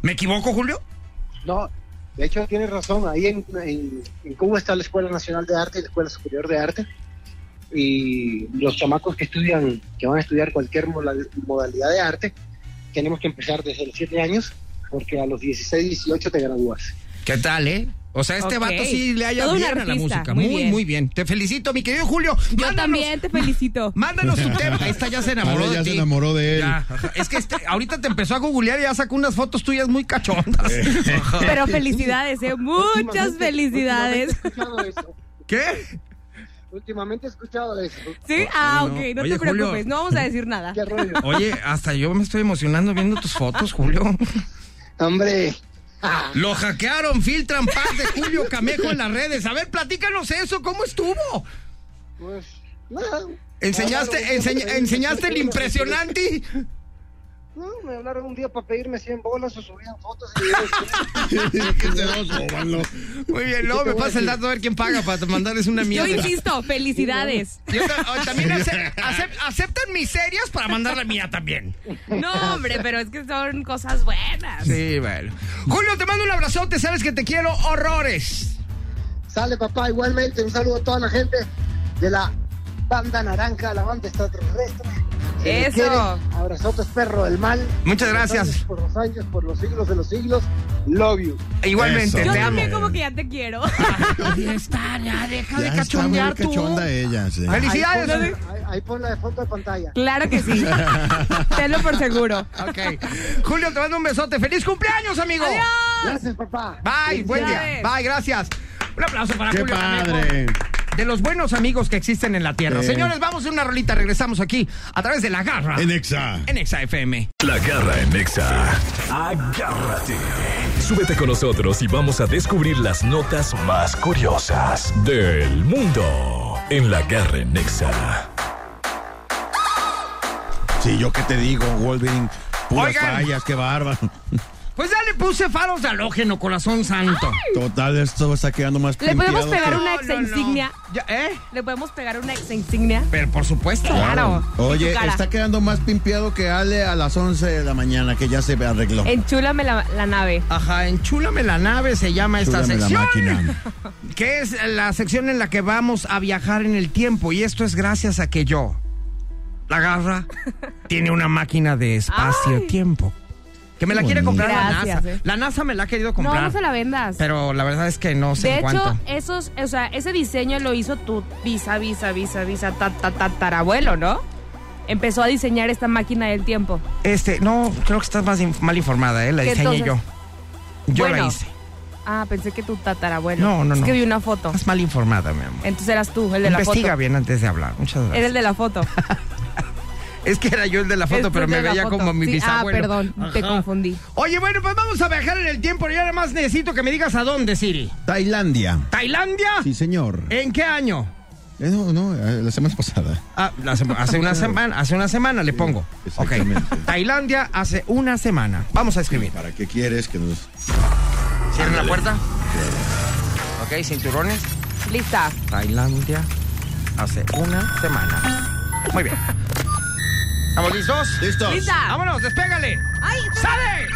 Speaker 2: ¿Me equivoco, Julio?
Speaker 6: No, de hecho tienes razón. Ahí en, en- en Cuba está la Escuela Nacional de Arte y la Escuela Superior de Arte. Y los chamacos que estudian, que van a estudiar cualquier mola- modalidad de arte, tenemos que empezar desde los 7 años, porque a los 16, 18 te gradúas.
Speaker 2: ¿Qué tal, eh? O sea, este
Speaker 4: Ok.
Speaker 2: vato sí le haya
Speaker 4: Todo un
Speaker 2: bien a la
Speaker 4: artista,
Speaker 2: música. Muy,
Speaker 4: muy
Speaker 2: muy bien.
Speaker 4: bien.
Speaker 2: Te felicito, mi querido Julio.
Speaker 4: Yo también te felicito.
Speaker 2: Mándanos tu tema. Ahí está, ya se enamoró
Speaker 3: Ale ya
Speaker 2: de
Speaker 3: se
Speaker 2: ti.
Speaker 3: enamoró de él.
Speaker 2: Ya, ajá. Es que este- ahorita te empezó a googlear y ya sacó unas fotos tuyas muy cachondas.
Speaker 3: Eh.
Speaker 2: Ajá.
Speaker 4: Pero felicidades, ¿eh? Muchas
Speaker 6: Últimamente-
Speaker 4: felicidades.
Speaker 6: Últimamente he escuchado eso.
Speaker 2: ¿Qué?
Speaker 6: Últimamente he escuchado eso.
Speaker 4: ¿Sí? Ah,
Speaker 2: No, no.
Speaker 4: ok, no
Speaker 2: Oye, Julio.
Speaker 4: te preocupes, no vamos a decir nada.
Speaker 6: Qué rollo.
Speaker 2: Oye, hasta yo me estoy emocionando viendo tus fotos, Julio.
Speaker 6: Hombre,
Speaker 2: Lo hackearon, filtran paz de Julio Camejo en las redes. A ver, platícanos eso, ¿cómo estuvo?
Speaker 6: pues nada. Ah,
Speaker 2: ¿Enseñaste, enseña- enseñaste el impresionante?
Speaker 6: No, me hablaron un día para pedirme 100 bolas o subían fotos y videos.
Speaker 3: que se lo sobanlo.
Speaker 2: Muy bien, luego me pasa el dato a ver quién paga para mandarles una
Speaker 4: Yo
Speaker 2: mierda.
Speaker 4: insisto, felicidades.
Speaker 2: Yo ta- oh, también ace- acep- aceptan miserias para mandar la mía también.
Speaker 4: No, hombre, pero es que son cosas buenas.
Speaker 2: Sí, bueno. Julio, te mando un abrazote, sabes que te quiero horrores.
Speaker 6: Sale papá, igualmente un saludo a toda la gente de la banda naranja, la banda extraterrestre. Si me
Speaker 4: Eso.
Speaker 6: quieren, Abrazotes, perro del mal.
Speaker 2: Muchas gracias.
Speaker 6: Abrazotes Por los años, por los siglos de los siglos. Love you.
Speaker 2: Igualmente,
Speaker 3: Eso.
Speaker 4: Yo
Speaker 2: te amo.
Speaker 4: también como que ya te quiero.
Speaker 2: Ya está, ya deja
Speaker 3: Ya está muy cachonda ella, sí.
Speaker 6: Ahí
Speaker 2: Felicidades.
Speaker 6: ponla, ahí, ahí ponla de foto de pantalla.
Speaker 4: Claro que sí. Tenlo por seguro.
Speaker 2: Ok. Julio, te mando un besote. ¡Feliz cumpleaños, amigo!
Speaker 4: Adiós.
Speaker 6: Gracias, papá.
Speaker 2: Bye, buen día.
Speaker 4: Felicidades.
Speaker 2: Bye, gracias. Un aplauso para
Speaker 3: ¡Qué
Speaker 2: Julio Camejo.
Speaker 3: padre!
Speaker 2: De los buenos amigos que existen en la tierra.
Speaker 3: Sí.
Speaker 2: Señores, vamos a una rolita. Regresamos aquí a través de la garra
Speaker 3: En Exa.
Speaker 2: en Exa FM.
Speaker 1: La garra en Nexa. Agárrate. Súbete con nosotros y vamos a descubrir las notas más curiosas del mundo en la garra en Nexa.
Speaker 3: Sí, yo qué te digo, Wolverine. Puras
Speaker 2: Oigan.
Speaker 3: fallas, qué bárbaro.
Speaker 2: Pues ya le puse faros de halógeno, corazón santo.
Speaker 3: Total, esto está quedando más
Speaker 4: ¿Le podemos
Speaker 3: pimpeado
Speaker 4: pegar
Speaker 3: que-
Speaker 4: una ex insignia?
Speaker 2: Ya, ¿Eh?
Speaker 4: ¿Le podemos pegar una ex insignia?
Speaker 2: Pero por supuesto.
Speaker 4: Claro.
Speaker 3: Oye,
Speaker 4: en tu cara.
Speaker 3: está quedando más pimpeado que Ale a las 11 de la mañana, que ya se arregló.
Speaker 4: Enchúlame la, la nave.
Speaker 2: Ajá, enchúlame la nave, se llama esta
Speaker 3: Chúlame la
Speaker 2: sección.
Speaker 3: máquina.
Speaker 2: Que es la sección en la que vamos a viajar en el tiempo. Y esto es gracias a que yo, la garra, tiene una máquina de espacio-tiempo. Que me la quiere comprar la
Speaker 4: Gracias,
Speaker 2: NASA.
Speaker 4: eh.
Speaker 2: La NASA me la ha querido
Speaker 4: No,
Speaker 2: comprar.
Speaker 4: no se la vendas.
Speaker 2: Pero la verdad es que no sé
Speaker 4: de
Speaker 2: en cuánto.
Speaker 4: hecho, esos, o sea, ese diseño lo hizo tu visa, visa, visa, visa, ta, ta, tatarabuelo, ¿no? Empezó a diseñar esta máquina del tiempo.
Speaker 2: Este, no, creo que estás más in- mal informada, ¿eh? La
Speaker 4: ¿Qué
Speaker 2: diseñé yo.
Speaker 4: entonces?
Speaker 2: Yo la
Speaker 4: Bueno.
Speaker 2: hice.
Speaker 4: Ah, pensé que tu tatarabuelo.
Speaker 2: No, no,
Speaker 4: Es que
Speaker 2: no.
Speaker 4: vi una foto.
Speaker 2: Estás mal informada, mi amor.
Speaker 4: Entonces eras tú, el de la
Speaker 2: Investiga
Speaker 4: foto.
Speaker 2: bien antes de hablar. Muchas
Speaker 4: Era
Speaker 2: gracias.
Speaker 4: el de la foto.
Speaker 2: Es que era yo el de la foto,
Speaker 4: Es
Speaker 2: pero
Speaker 4: el de
Speaker 2: me
Speaker 4: la
Speaker 2: veía
Speaker 4: foto.
Speaker 2: como mi
Speaker 4: Sí,
Speaker 2: bisabuelo.
Speaker 4: Ah, perdón, te
Speaker 2: Ajá.
Speaker 4: confundí.
Speaker 2: Oye, bueno, pues vamos a viajar en el tiempo. Yo nada más necesito que me digas a dónde, Siri.
Speaker 3: Tailandia.
Speaker 2: ¿Tailandia?
Speaker 3: Sí, señor.
Speaker 2: ¿En qué año?
Speaker 3: Eh, no, no, eh, la semana pasada.
Speaker 2: Ah, la sema- hace una semana, hace una semana le pongo. Ok.
Speaker 3: exactamente.
Speaker 2: Tailandia hace una semana. Vamos a escribir.
Speaker 3: ¿Para qué quieres que nos.?
Speaker 2: Cierren la puerta. Ok, cinturones.
Speaker 4: Lista.
Speaker 2: Tailandia hace una semana. Muy bien. ¿Estamos listos?
Speaker 3: ¡Listos!
Speaker 4: Lista.
Speaker 2: ¡Vámonos, despégale!
Speaker 4: ¡Ay!
Speaker 2: ¡Sale!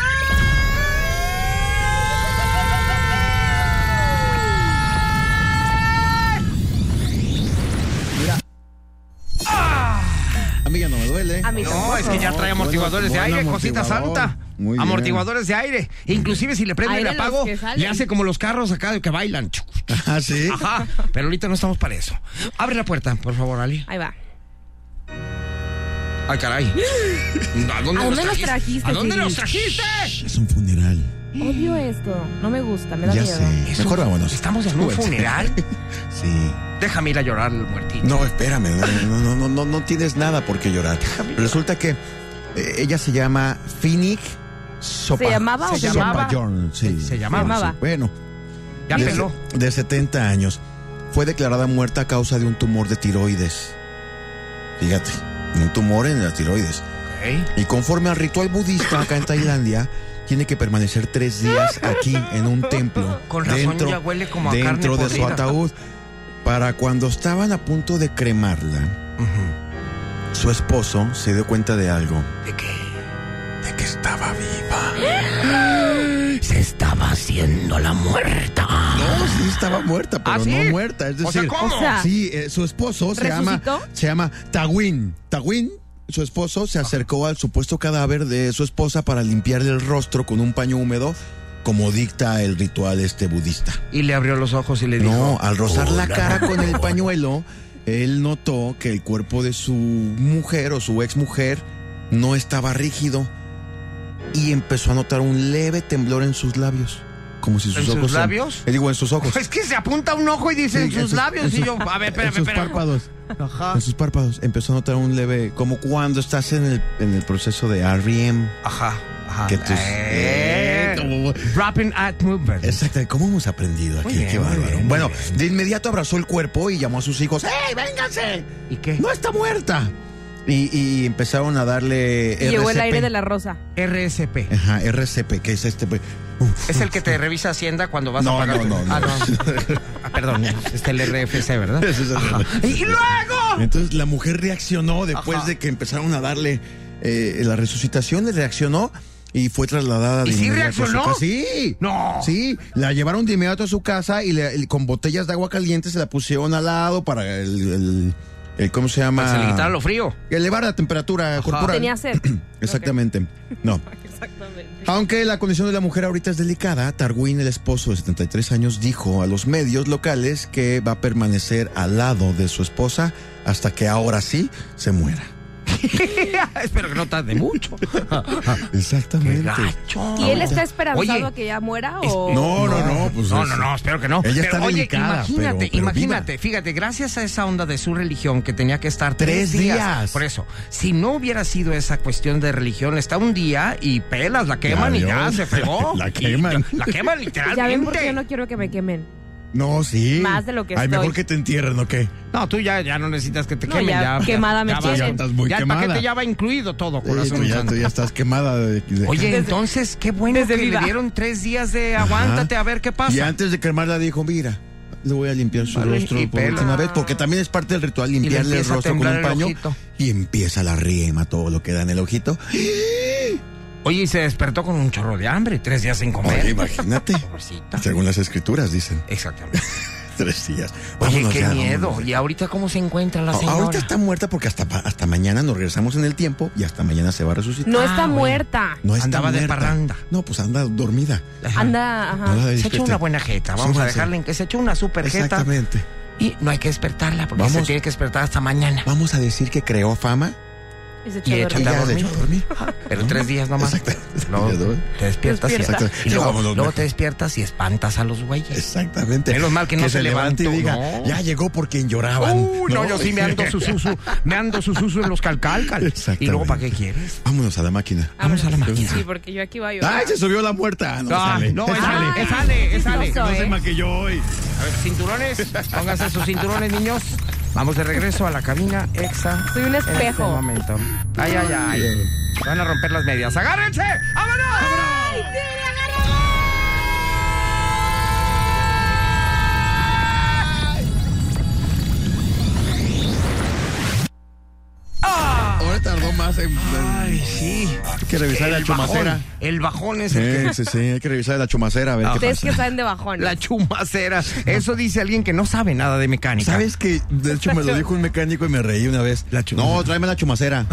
Speaker 3: Amiga, no me duele.
Speaker 4: A mí
Speaker 2: No,
Speaker 4: tampoco.
Speaker 2: es que ya trae amortiguadores de
Speaker 3: Bueno,
Speaker 2: aire,
Speaker 3: buen
Speaker 2: cosita
Speaker 3: amortiguador.
Speaker 2: santa.
Speaker 3: Muy bien.
Speaker 2: Amortiguadores de aire. Inclusive si le prende el
Speaker 4: Aire los
Speaker 2: apago,
Speaker 4: que salen.
Speaker 2: le hace como los carros acá de que bailan. Chuc, chuc.
Speaker 3: Ah, sí.
Speaker 2: Ajá, pero ahorita no estamos para eso. Abre la puerta, por favor, Ali.
Speaker 4: Ahí va.
Speaker 2: Ay, caray. ¿A dónde,
Speaker 4: ¿A
Speaker 2: los
Speaker 4: dónde los trajiste,
Speaker 2: ¿A dónde
Speaker 4: Siri?
Speaker 2: los trajiste?
Speaker 3: Es un funeral.
Speaker 4: Odio esto. No me gusta, me da
Speaker 3: ya
Speaker 4: miedo.
Speaker 3: sé.
Speaker 2: Es
Speaker 3: Mejor
Speaker 2: un-
Speaker 3: vámonos.
Speaker 2: ¿Estamos en un
Speaker 3: Súbete.
Speaker 2: funeral?
Speaker 3: Sí.
Speaker 2: Déjame ir a llorar el muertito.
Speaker 3: No, espérame, no, no, no, no, no, no tienes nada por qué llorar. Resulta que eh, ella se llama Phoenix Sopa.
Speaker 4: ¿Se llamaba o
Speaker 2: se llamaba?
Speaker 3: Sopayorn, sí.
Speaker 2: Se llamaba.
Speaker 3: Bueno, sí.
Speaker 4: Llamaba.
Speaker 3: Bueno,
Speaker 2: Ya
Speaker 3: de,
Speaker 2: peló.
Speaker 3: de 70 años. Fue declarada muerta a causa de un tumor de tiroides. Fíjate, un tumor en la tiroides.
Speaker 2: Ok.
Speaker 3: Y conforme al ritual budista acá en Tailandia, tiene que permanecer tres días aquí en un templo.
Speaker 2: Con razón ya huele como a
Speaker 3: dentro
Speaker 2: carne
Speaker 3: de su
Speaker 2: podrida.
Speaker 3: ataúd. Para cuando estaban a punto de cremarla,
Speaker 2: Ujú.
Speaker 3: su esposo se dio cuenta de algo.
Speaker 2: ¿De qué?
Speaker 3: De que estaba viva.
Speaker 2: Se estaba haciendo la muerta.
Speaker 3: No, sí estaba muerta, pero
Speaker 2: ¿Ah, sí?
Speaker 3: no muerta. Es
Speaker 2: O sea,
Speaker 3: decir,
Speaker 2: ¿cómo?
Speaker 4: O sea,
Speaker 3: sí, eh, su esposo se llama,
Speaker 4: ¿Resucitó?
Speaker 3: se llama Tawin. Tawin, su esposo, se acercó al supuesto cadáver de su esposa para limpiarle el rostro con un paño húmedo, como dicta el ritual este budista.
Speaker 2: Y le abrió los ojos y le dijo.
Speaker 3: No, al rozar la
Speaker 2: "Hola".
Speaker 3: cara con el pañuelo, él notó que el cuerpo de su mujer o su exmujer no estaba rígido y empezó a notar un leve temblor en sus labios, como si sus
Speaker 2: ¿En sus
Speaker 3: ojos se-
Speaker 2: labios?
Speaker 3: eh, digo, en sus ojos.
Speaker 2: Es que se apunta un ojo y dice en
Speaker 3: Sí,
Speaker 2: sus
Speaker 3: sus-
Speaker 2: labios.
Speaker 3: en
Speaker 2: y
Speaker 3: sus-
Speaker 2: yo, a ver, espérame,
Speaker 3: En sus
Speaker 2: espérame. Ah.
Speaker 3: párpados,
Speaker 2: Ajá.
Speaker 3: en sus párpados empezó a notar un leve, como cuando estás en el, en el proceso de REM,
Speaker 2: Ajá. Ajá.
Speaker 3: que tus,
Speaker 2: Eh,
Speaker 3: eh, como-
Speaker 2: Rapping at movement.
Speaker 3: Exacto, ¿cómo hemos aprendido aquí?
Speaker 2: Muy bien,
Speaker 3: Qué
Speaker 2: muy
Speaker 3: bárbaro.
Speaker 2: bien, muy
Speaker 3: bueno,
Speaker 2: bien.
Speaker 3: de inmediato abrazó el cuerpo y llamó a sus hijos. ¡Ey, vénganse!
Speaker 2: ¿Y qué?
Speaker 3: ¡No está muerta! Y, y empezaron a darle
Speaker 4: y llegó el
Speaker 3: RCP.
Speaker 4: aire de la rosa.
Speaker 2: RSP.
Speaker 3: Ajá, RCP, que es este... pues, uf,
Speaker 2: Es el que te revisa Hacienda cuando vas
Speaker 3: No,
Speaker 2: a pagar.
Speaker 3: no, no, no.
Speaker 2: Ah, Ah, perdón, está el RFC, ¿verdad?
Speaker 3: ese es el-
Speaker 2: ¡Y luego!
Speaker 3: Entonces la mujer reaccionó después
Speaker 2: Ajá.
Speaker 3: de que empezaron a darle eh, la resucitación, le reaccionó y fue trasladada de
Speaker 2: ¿Y sí
Speaker 3: inmediato a su
Speaker 2: reaccionó?
Speaker 3: casa. Sí.
Speaker 2: No.
Speaker 3: Sí, la llevaron de inmediato a su casa y le- y con botellas de agua caliente se la pusieron al lado para el, el- el- ¿cómo se llama?
Speaker 2: Para Pues se le quitara lo frío.
Speaker 3: Elevar la temperatura corporal.
Speaker 4: Tenía sed.
Speaker 3: Exactamente. No.
Speaker 4: Exactamente.
Speaker 3: Aunque la condición de la mujer ahorita es delicada, Tarwin, el esposo de 73 años, dijo a los medios locales que va a permanecer al lado de su esposa hasta que ahora sí se muera.
Speaker 2: Espero que no tarde mucho. ¡Qué
Speaker 3: Exactamente.
Speaker 2: gacho!
Speaker 4: ¿Y él está esperanzado
Speaker 2: Oye,
Speaker 4: a que ya muera
Speaker 2: es-
Speaker 4: o...?
Speaker 3: No, no, no. Pues
Speaker 2: no,
Speaker 3: es-
Speaker 2: no, no, espero que no.
Speaker 3: Ella está
Speaker 2: oye,
Speaker 3: delicada, pero-
Speaker 2: imagínate,
Speaker 3: pero
Speaker 2: imagínate,
Speaker 3: viva.
Speaker 2: fíjate, gracias a esa onda de su religión que tenía que estar
Speaker 3: Tres
Speaker 2: tres,
Speaker 3: días.
Speaker 2: Por eso, si no hubiera sido esa cuestión de religión, está un día y pelas, la queman y ya
Speaker 3: Adiós.
Speaker 2: se fregó.
Speaker 3: La
Speaker 2: Y
Speaker 3: queman.
Speaker 2: ya- La queman
Speaker 4: Pues Ya ven por
Speaker 2: literalmente.
Speaker 4: qué yo no quiero que me quemen.
Speaker 3: No, sí.
Speaker 4: Más de lo que
Speaker 3: Ay,
Speaker 4: estoy.
Speaker 3: mejor que te entierren, ¿o qué?
Speaker 2: No, tú ya, ya no necesitas que te
Speaker 4: No,
Speaker 2: quemen.
Speaker 4: ya
Speaker 2: Ya,
Speaker 4: quemada me
Speaker 2: vas-
Speaker 4: tienen.
Speaker 3: Ya estás muy
Speaker 2: ya el
Speaker 3: quemada.
Speaker 2: paquete ya va incluido todo,
Speaker 3: Sí,
Speaker 2: corazón.
Speaker 3: tú ya,
Speaker 2: santo.
Speaker 3: tú ya estás quemada. de- de-
Speaker 2: Oye,
Speaker 4: Desde-
Speaker 2: entonces, qué bueno
Speaker 4: desde
Speaker 2: que le
Speaker 4: viva.
Speaker 2: dieron tres días de aguántate a ver qué pasa.
Speaker 3: Y antes de cremarla dijo, mira, le voy a limpiar su
Speaker 2: Vale,
Speaker 3: rostro
Speaker 2: y
Speaker 3: por
Speaker 2: pela.
Speaker 3: última vez, porque también es parte del ritual
Speaker 2: le
Speaker 3: limpiarle el
Speaker 2: empieza a
Speaker 3: rostro con
Speaker 2: temblar
Speaker 3: un
Speaker 2: el
Speaker 3: paño
Speaker 2: ojito.
Speaker 3: y empieza la riema, todo lo que da en el ojito.
Speaker 2: Oye, y se despertó con un chorro de hambre, tres días sin comer.
Speaker 3: Oye, imagínate.
Speaker 2: Pobrecita.
Speaker 3: Según las escrituras dicen.
Speaker 2: Exactamente.
Speaker 3: tres días.
Speaker 2: Oye,
Speaker 3: Vámonos
Speaker 2: qué
Speaker 3: ya,
Speaker 2: miedo.
Speaker 3: vámonos.
Speaker 2: ¿Y ahorita cómo se encuentra la
Speaker 3: A-
Speaker 2: señora?
Speaker 3: Ahorita está muerta porque hasta, pa- hasta mañana nos regresamos en el tiempo y hasta mañana se va a resucitar.
Speaker 4: No
Speaker 2: Ah,
Speaker 4: está
Speaker 2: bueno.
Speaker 4: muerta.
Speaker 3: No está
Speaker 2: Andaba de
Speaker 3: muerta.
Speaker 2: parranda.
Speaker 3: No, pues anda dormida.
Speaker 2: Ajá.
Speaker 4: Anda,
Speaker 3: No la
Speaker 2: Se
Speaker 4: ajá.
Speaker 2: echó
Speaker 3: despierta.
Speaker 2: una buena jeta. Vamos a
Speaker 3: Súbanse.
Speaker 2: dejarle en que se echó una super jeta.
Speaker 3: Exactamente.
Speaker 2: Y no hay que despertarla porque
Speaker 3: Vamos.
Speaker 2: se tiene que despertar hasta mañana.
Speaker 3: Vamos a decir que creó fama
Speaker 4: Y se
Speaker 2: Y
Speaker 4: echó a
Speaker 3: y
Speaker 4: dormir.
Speaker 2: Anda
Speaker 3: ya
Speaker 2: a
Speaker 3: se
Speaker 2: dormir.
Speaker 3: echó a dormir.
Speaker 2: Pero tres días nomás.
Speaker 3: Exactamente.
Speaker 2: Luego
Speaker 3: Ya duerme.
Speaker 2: te despiertas, y-
Speaker 4: Despierta.
Speaker 3: Exacto.
Speaker 2: y
Speaker 3: Ya
Speaker 2: luego,
Speaker 3: vámonos
Speaker 2: luego
Speaker 3: mejor.
Speaker 2: te despiertas y espantas a los güeyes.
Speaker 3: Exactamente.
Speaker 2: Menos mal que no se
Speaker 3: levante y
Speaker 2: levantó,
Speaker 3: diga,
Speaker 2: no.
Speaker 3: ya llegó por quien lloraban.
Speaker 2: Uy, Uh, no, yo sí me ando sususu, me ando sususu en los calcalcal.
Speaker 3: Exactamente.
Speaker 2: Y luego, ¿para qué quieres?
Speaker 3: Vámonos a la máquina.
Speaker 2: Vamos a la máquina.
Speaker 4: Sí, porque yo aquí voy a llorar.
Speaker 3: ¡Ay, se subió la muerta! No,
Speaker 2: Ah,
Speaker 3: sale.
Speaker 2: no,
Speaker 3: Se
Speaker 2: es
Speaker 3: sale.
Speaker 2: Ale,
Speaker 4: Ay,
Speaker 2: es Ale, es Ale.
Speaker 4: chistoso,
Speaker 3: No se
Speaker 4: ¿eh?
Speaker 3: maquilló hoy.
Speaker 2: A ver, cinturones, pónganse sus cinturones, niños. Vamos de regreso a la cabina exa.
Speaker 4: Soy un
Speaker 2: en este
Speaker 4: espejo.
Speaker 2: momento. Ay, ay, ay. Van a romper las medias. ¡Agárrense! ¡Vámonos!
Speaker 4: ¡Ay, sí, me agarró!
Speaker 3: Ah. Ahora tardó más en.
Speaker 2: Ay, sí.
Speaker 3: Hay que revisar la
Speaker 2: El
Speaker 3: chumacera. Eh.
Speaker 2: bajón. Ah. El bajón es el que
Speaker 3: Sí, sí, sí. Hay que revisar la chumacera a ver qué
Speaker 4: Ustedes
Speaker 3: pasa.
Speaker 4: que están de bajón.
Speaker 2: La chumacera. Eso dice alguien que no sabe nada de mecánica.
Speaker 3: ¿Sabes que De hecho, me lo dijo un mecánico y me reí una vez.
Speaker 2: La chumacera.
Speaker 3: no, tráeme la chumacera.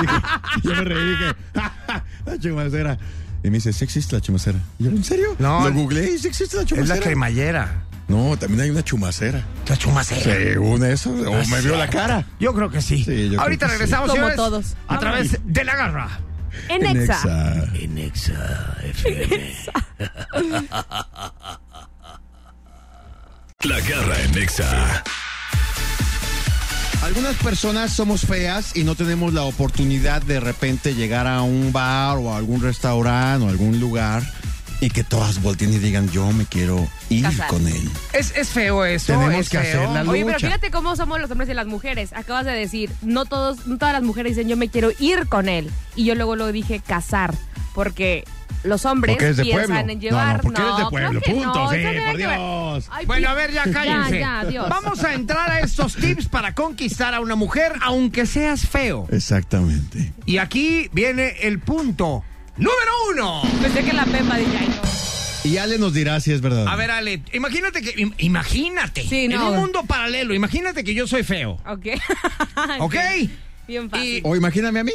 Speaker 3: Dije- yo me reí y dije, "Ja, ja, la chumacera. Y me dice, ¿sí existe la chumacera? Y yo, ¿en serio?
Speaker 2: No.
Speaker 3: Lo googleé y sí existe la
Speaker 2: Es
Speaker 3: chumacera.
Speaker 2: la cremallera.
Speaker 3: No, también hay una chumacera.
Speaker 2: La chumacera.
Speaker 3: Según eso, o me vio la cara.
Speaker 2: Yo creo que sí.
Speaker 3: Sí, yo
Speaker 2: Ahorita
Speaker 3: creo que sí.
Speaker 2: regresamos,
Speaker 4: Como
Speaker 2: señores,
Speaker 4: todos.
Speaker 2: A través de la garra.
Speaker 4: En Exa.
Speaker 3: Exa.
Speaker 2: En Exa FM.
Speaker 1: La garra en Nexa.
Speaker 3: Algunas personas somos feas y no tenemos la oportunidad de repente llegar a un bar o a algún restaurante o algún lugar y que todas volteen y digan, yo me quiero ir
Speaker 4: Casar.
Speaker 3: con él.
Speaker 2: Es, es feo eso.
Speaker 3: Tenemos
Speaker 2: es
Speaker 3: que
Speaker 2: feo.
Speaker 3: hacer la
Speaker 4: Oye,
Speaker 3: lucha.
Speaker 4: pero fíjate cómo somos los hombres y las mujeres. Acabas de decir, no todos, no todas las mujeres dicen yo me quiero ir con él. Y yo luego lo dije casar, porque los hombres
Speaker 3: Porque eres de
Speaker 4: piensan
Speaker 3: pueblo.
Speaker 4: en
Speaker 3: No,
Speaker 4: llevar.
Speaker 3: no, porque eres de
Speaker 4: claro
Speaker 3: pueblo,
Speaker 4: que
Speaker 3: punto,
Speaker 4: no,
Speaker 3: sí,
Speaker 4: eso tiene
Speaker 3: por
Speaker 4: que ver.
Speaker 3: Dios.
Speaker 4: Ay,
Speaker 2: Bueno,
Speaker 4: pi-
Speaker 2: a ver, ya cállense.
Speaker 4: Ya, ya, adiós.
Speaker 2: Vamos a entrar a estos tips para conquistar a una mujer, aunque seas feo.
Speaker 3: Exactamente.
Speaker 2: Y aquí viene el punto número uno.
Speaker 4: Pensé que la Pepa dije, ay, no.
Speaker 3: Y Ale nos dirá si es verdad.
Speaker 2: A ver, Ale, imagínate que. im- Imagínate.
Speaker 4: Sí, no.
Speaker 2: En un mundo paralelo, imagínate que yo soy feo.
Speaker 4: Ok.
Speaker 2: ¿Ok?
Speaker 4: Bien fácil.
Speaker 3: O imagínate a mí.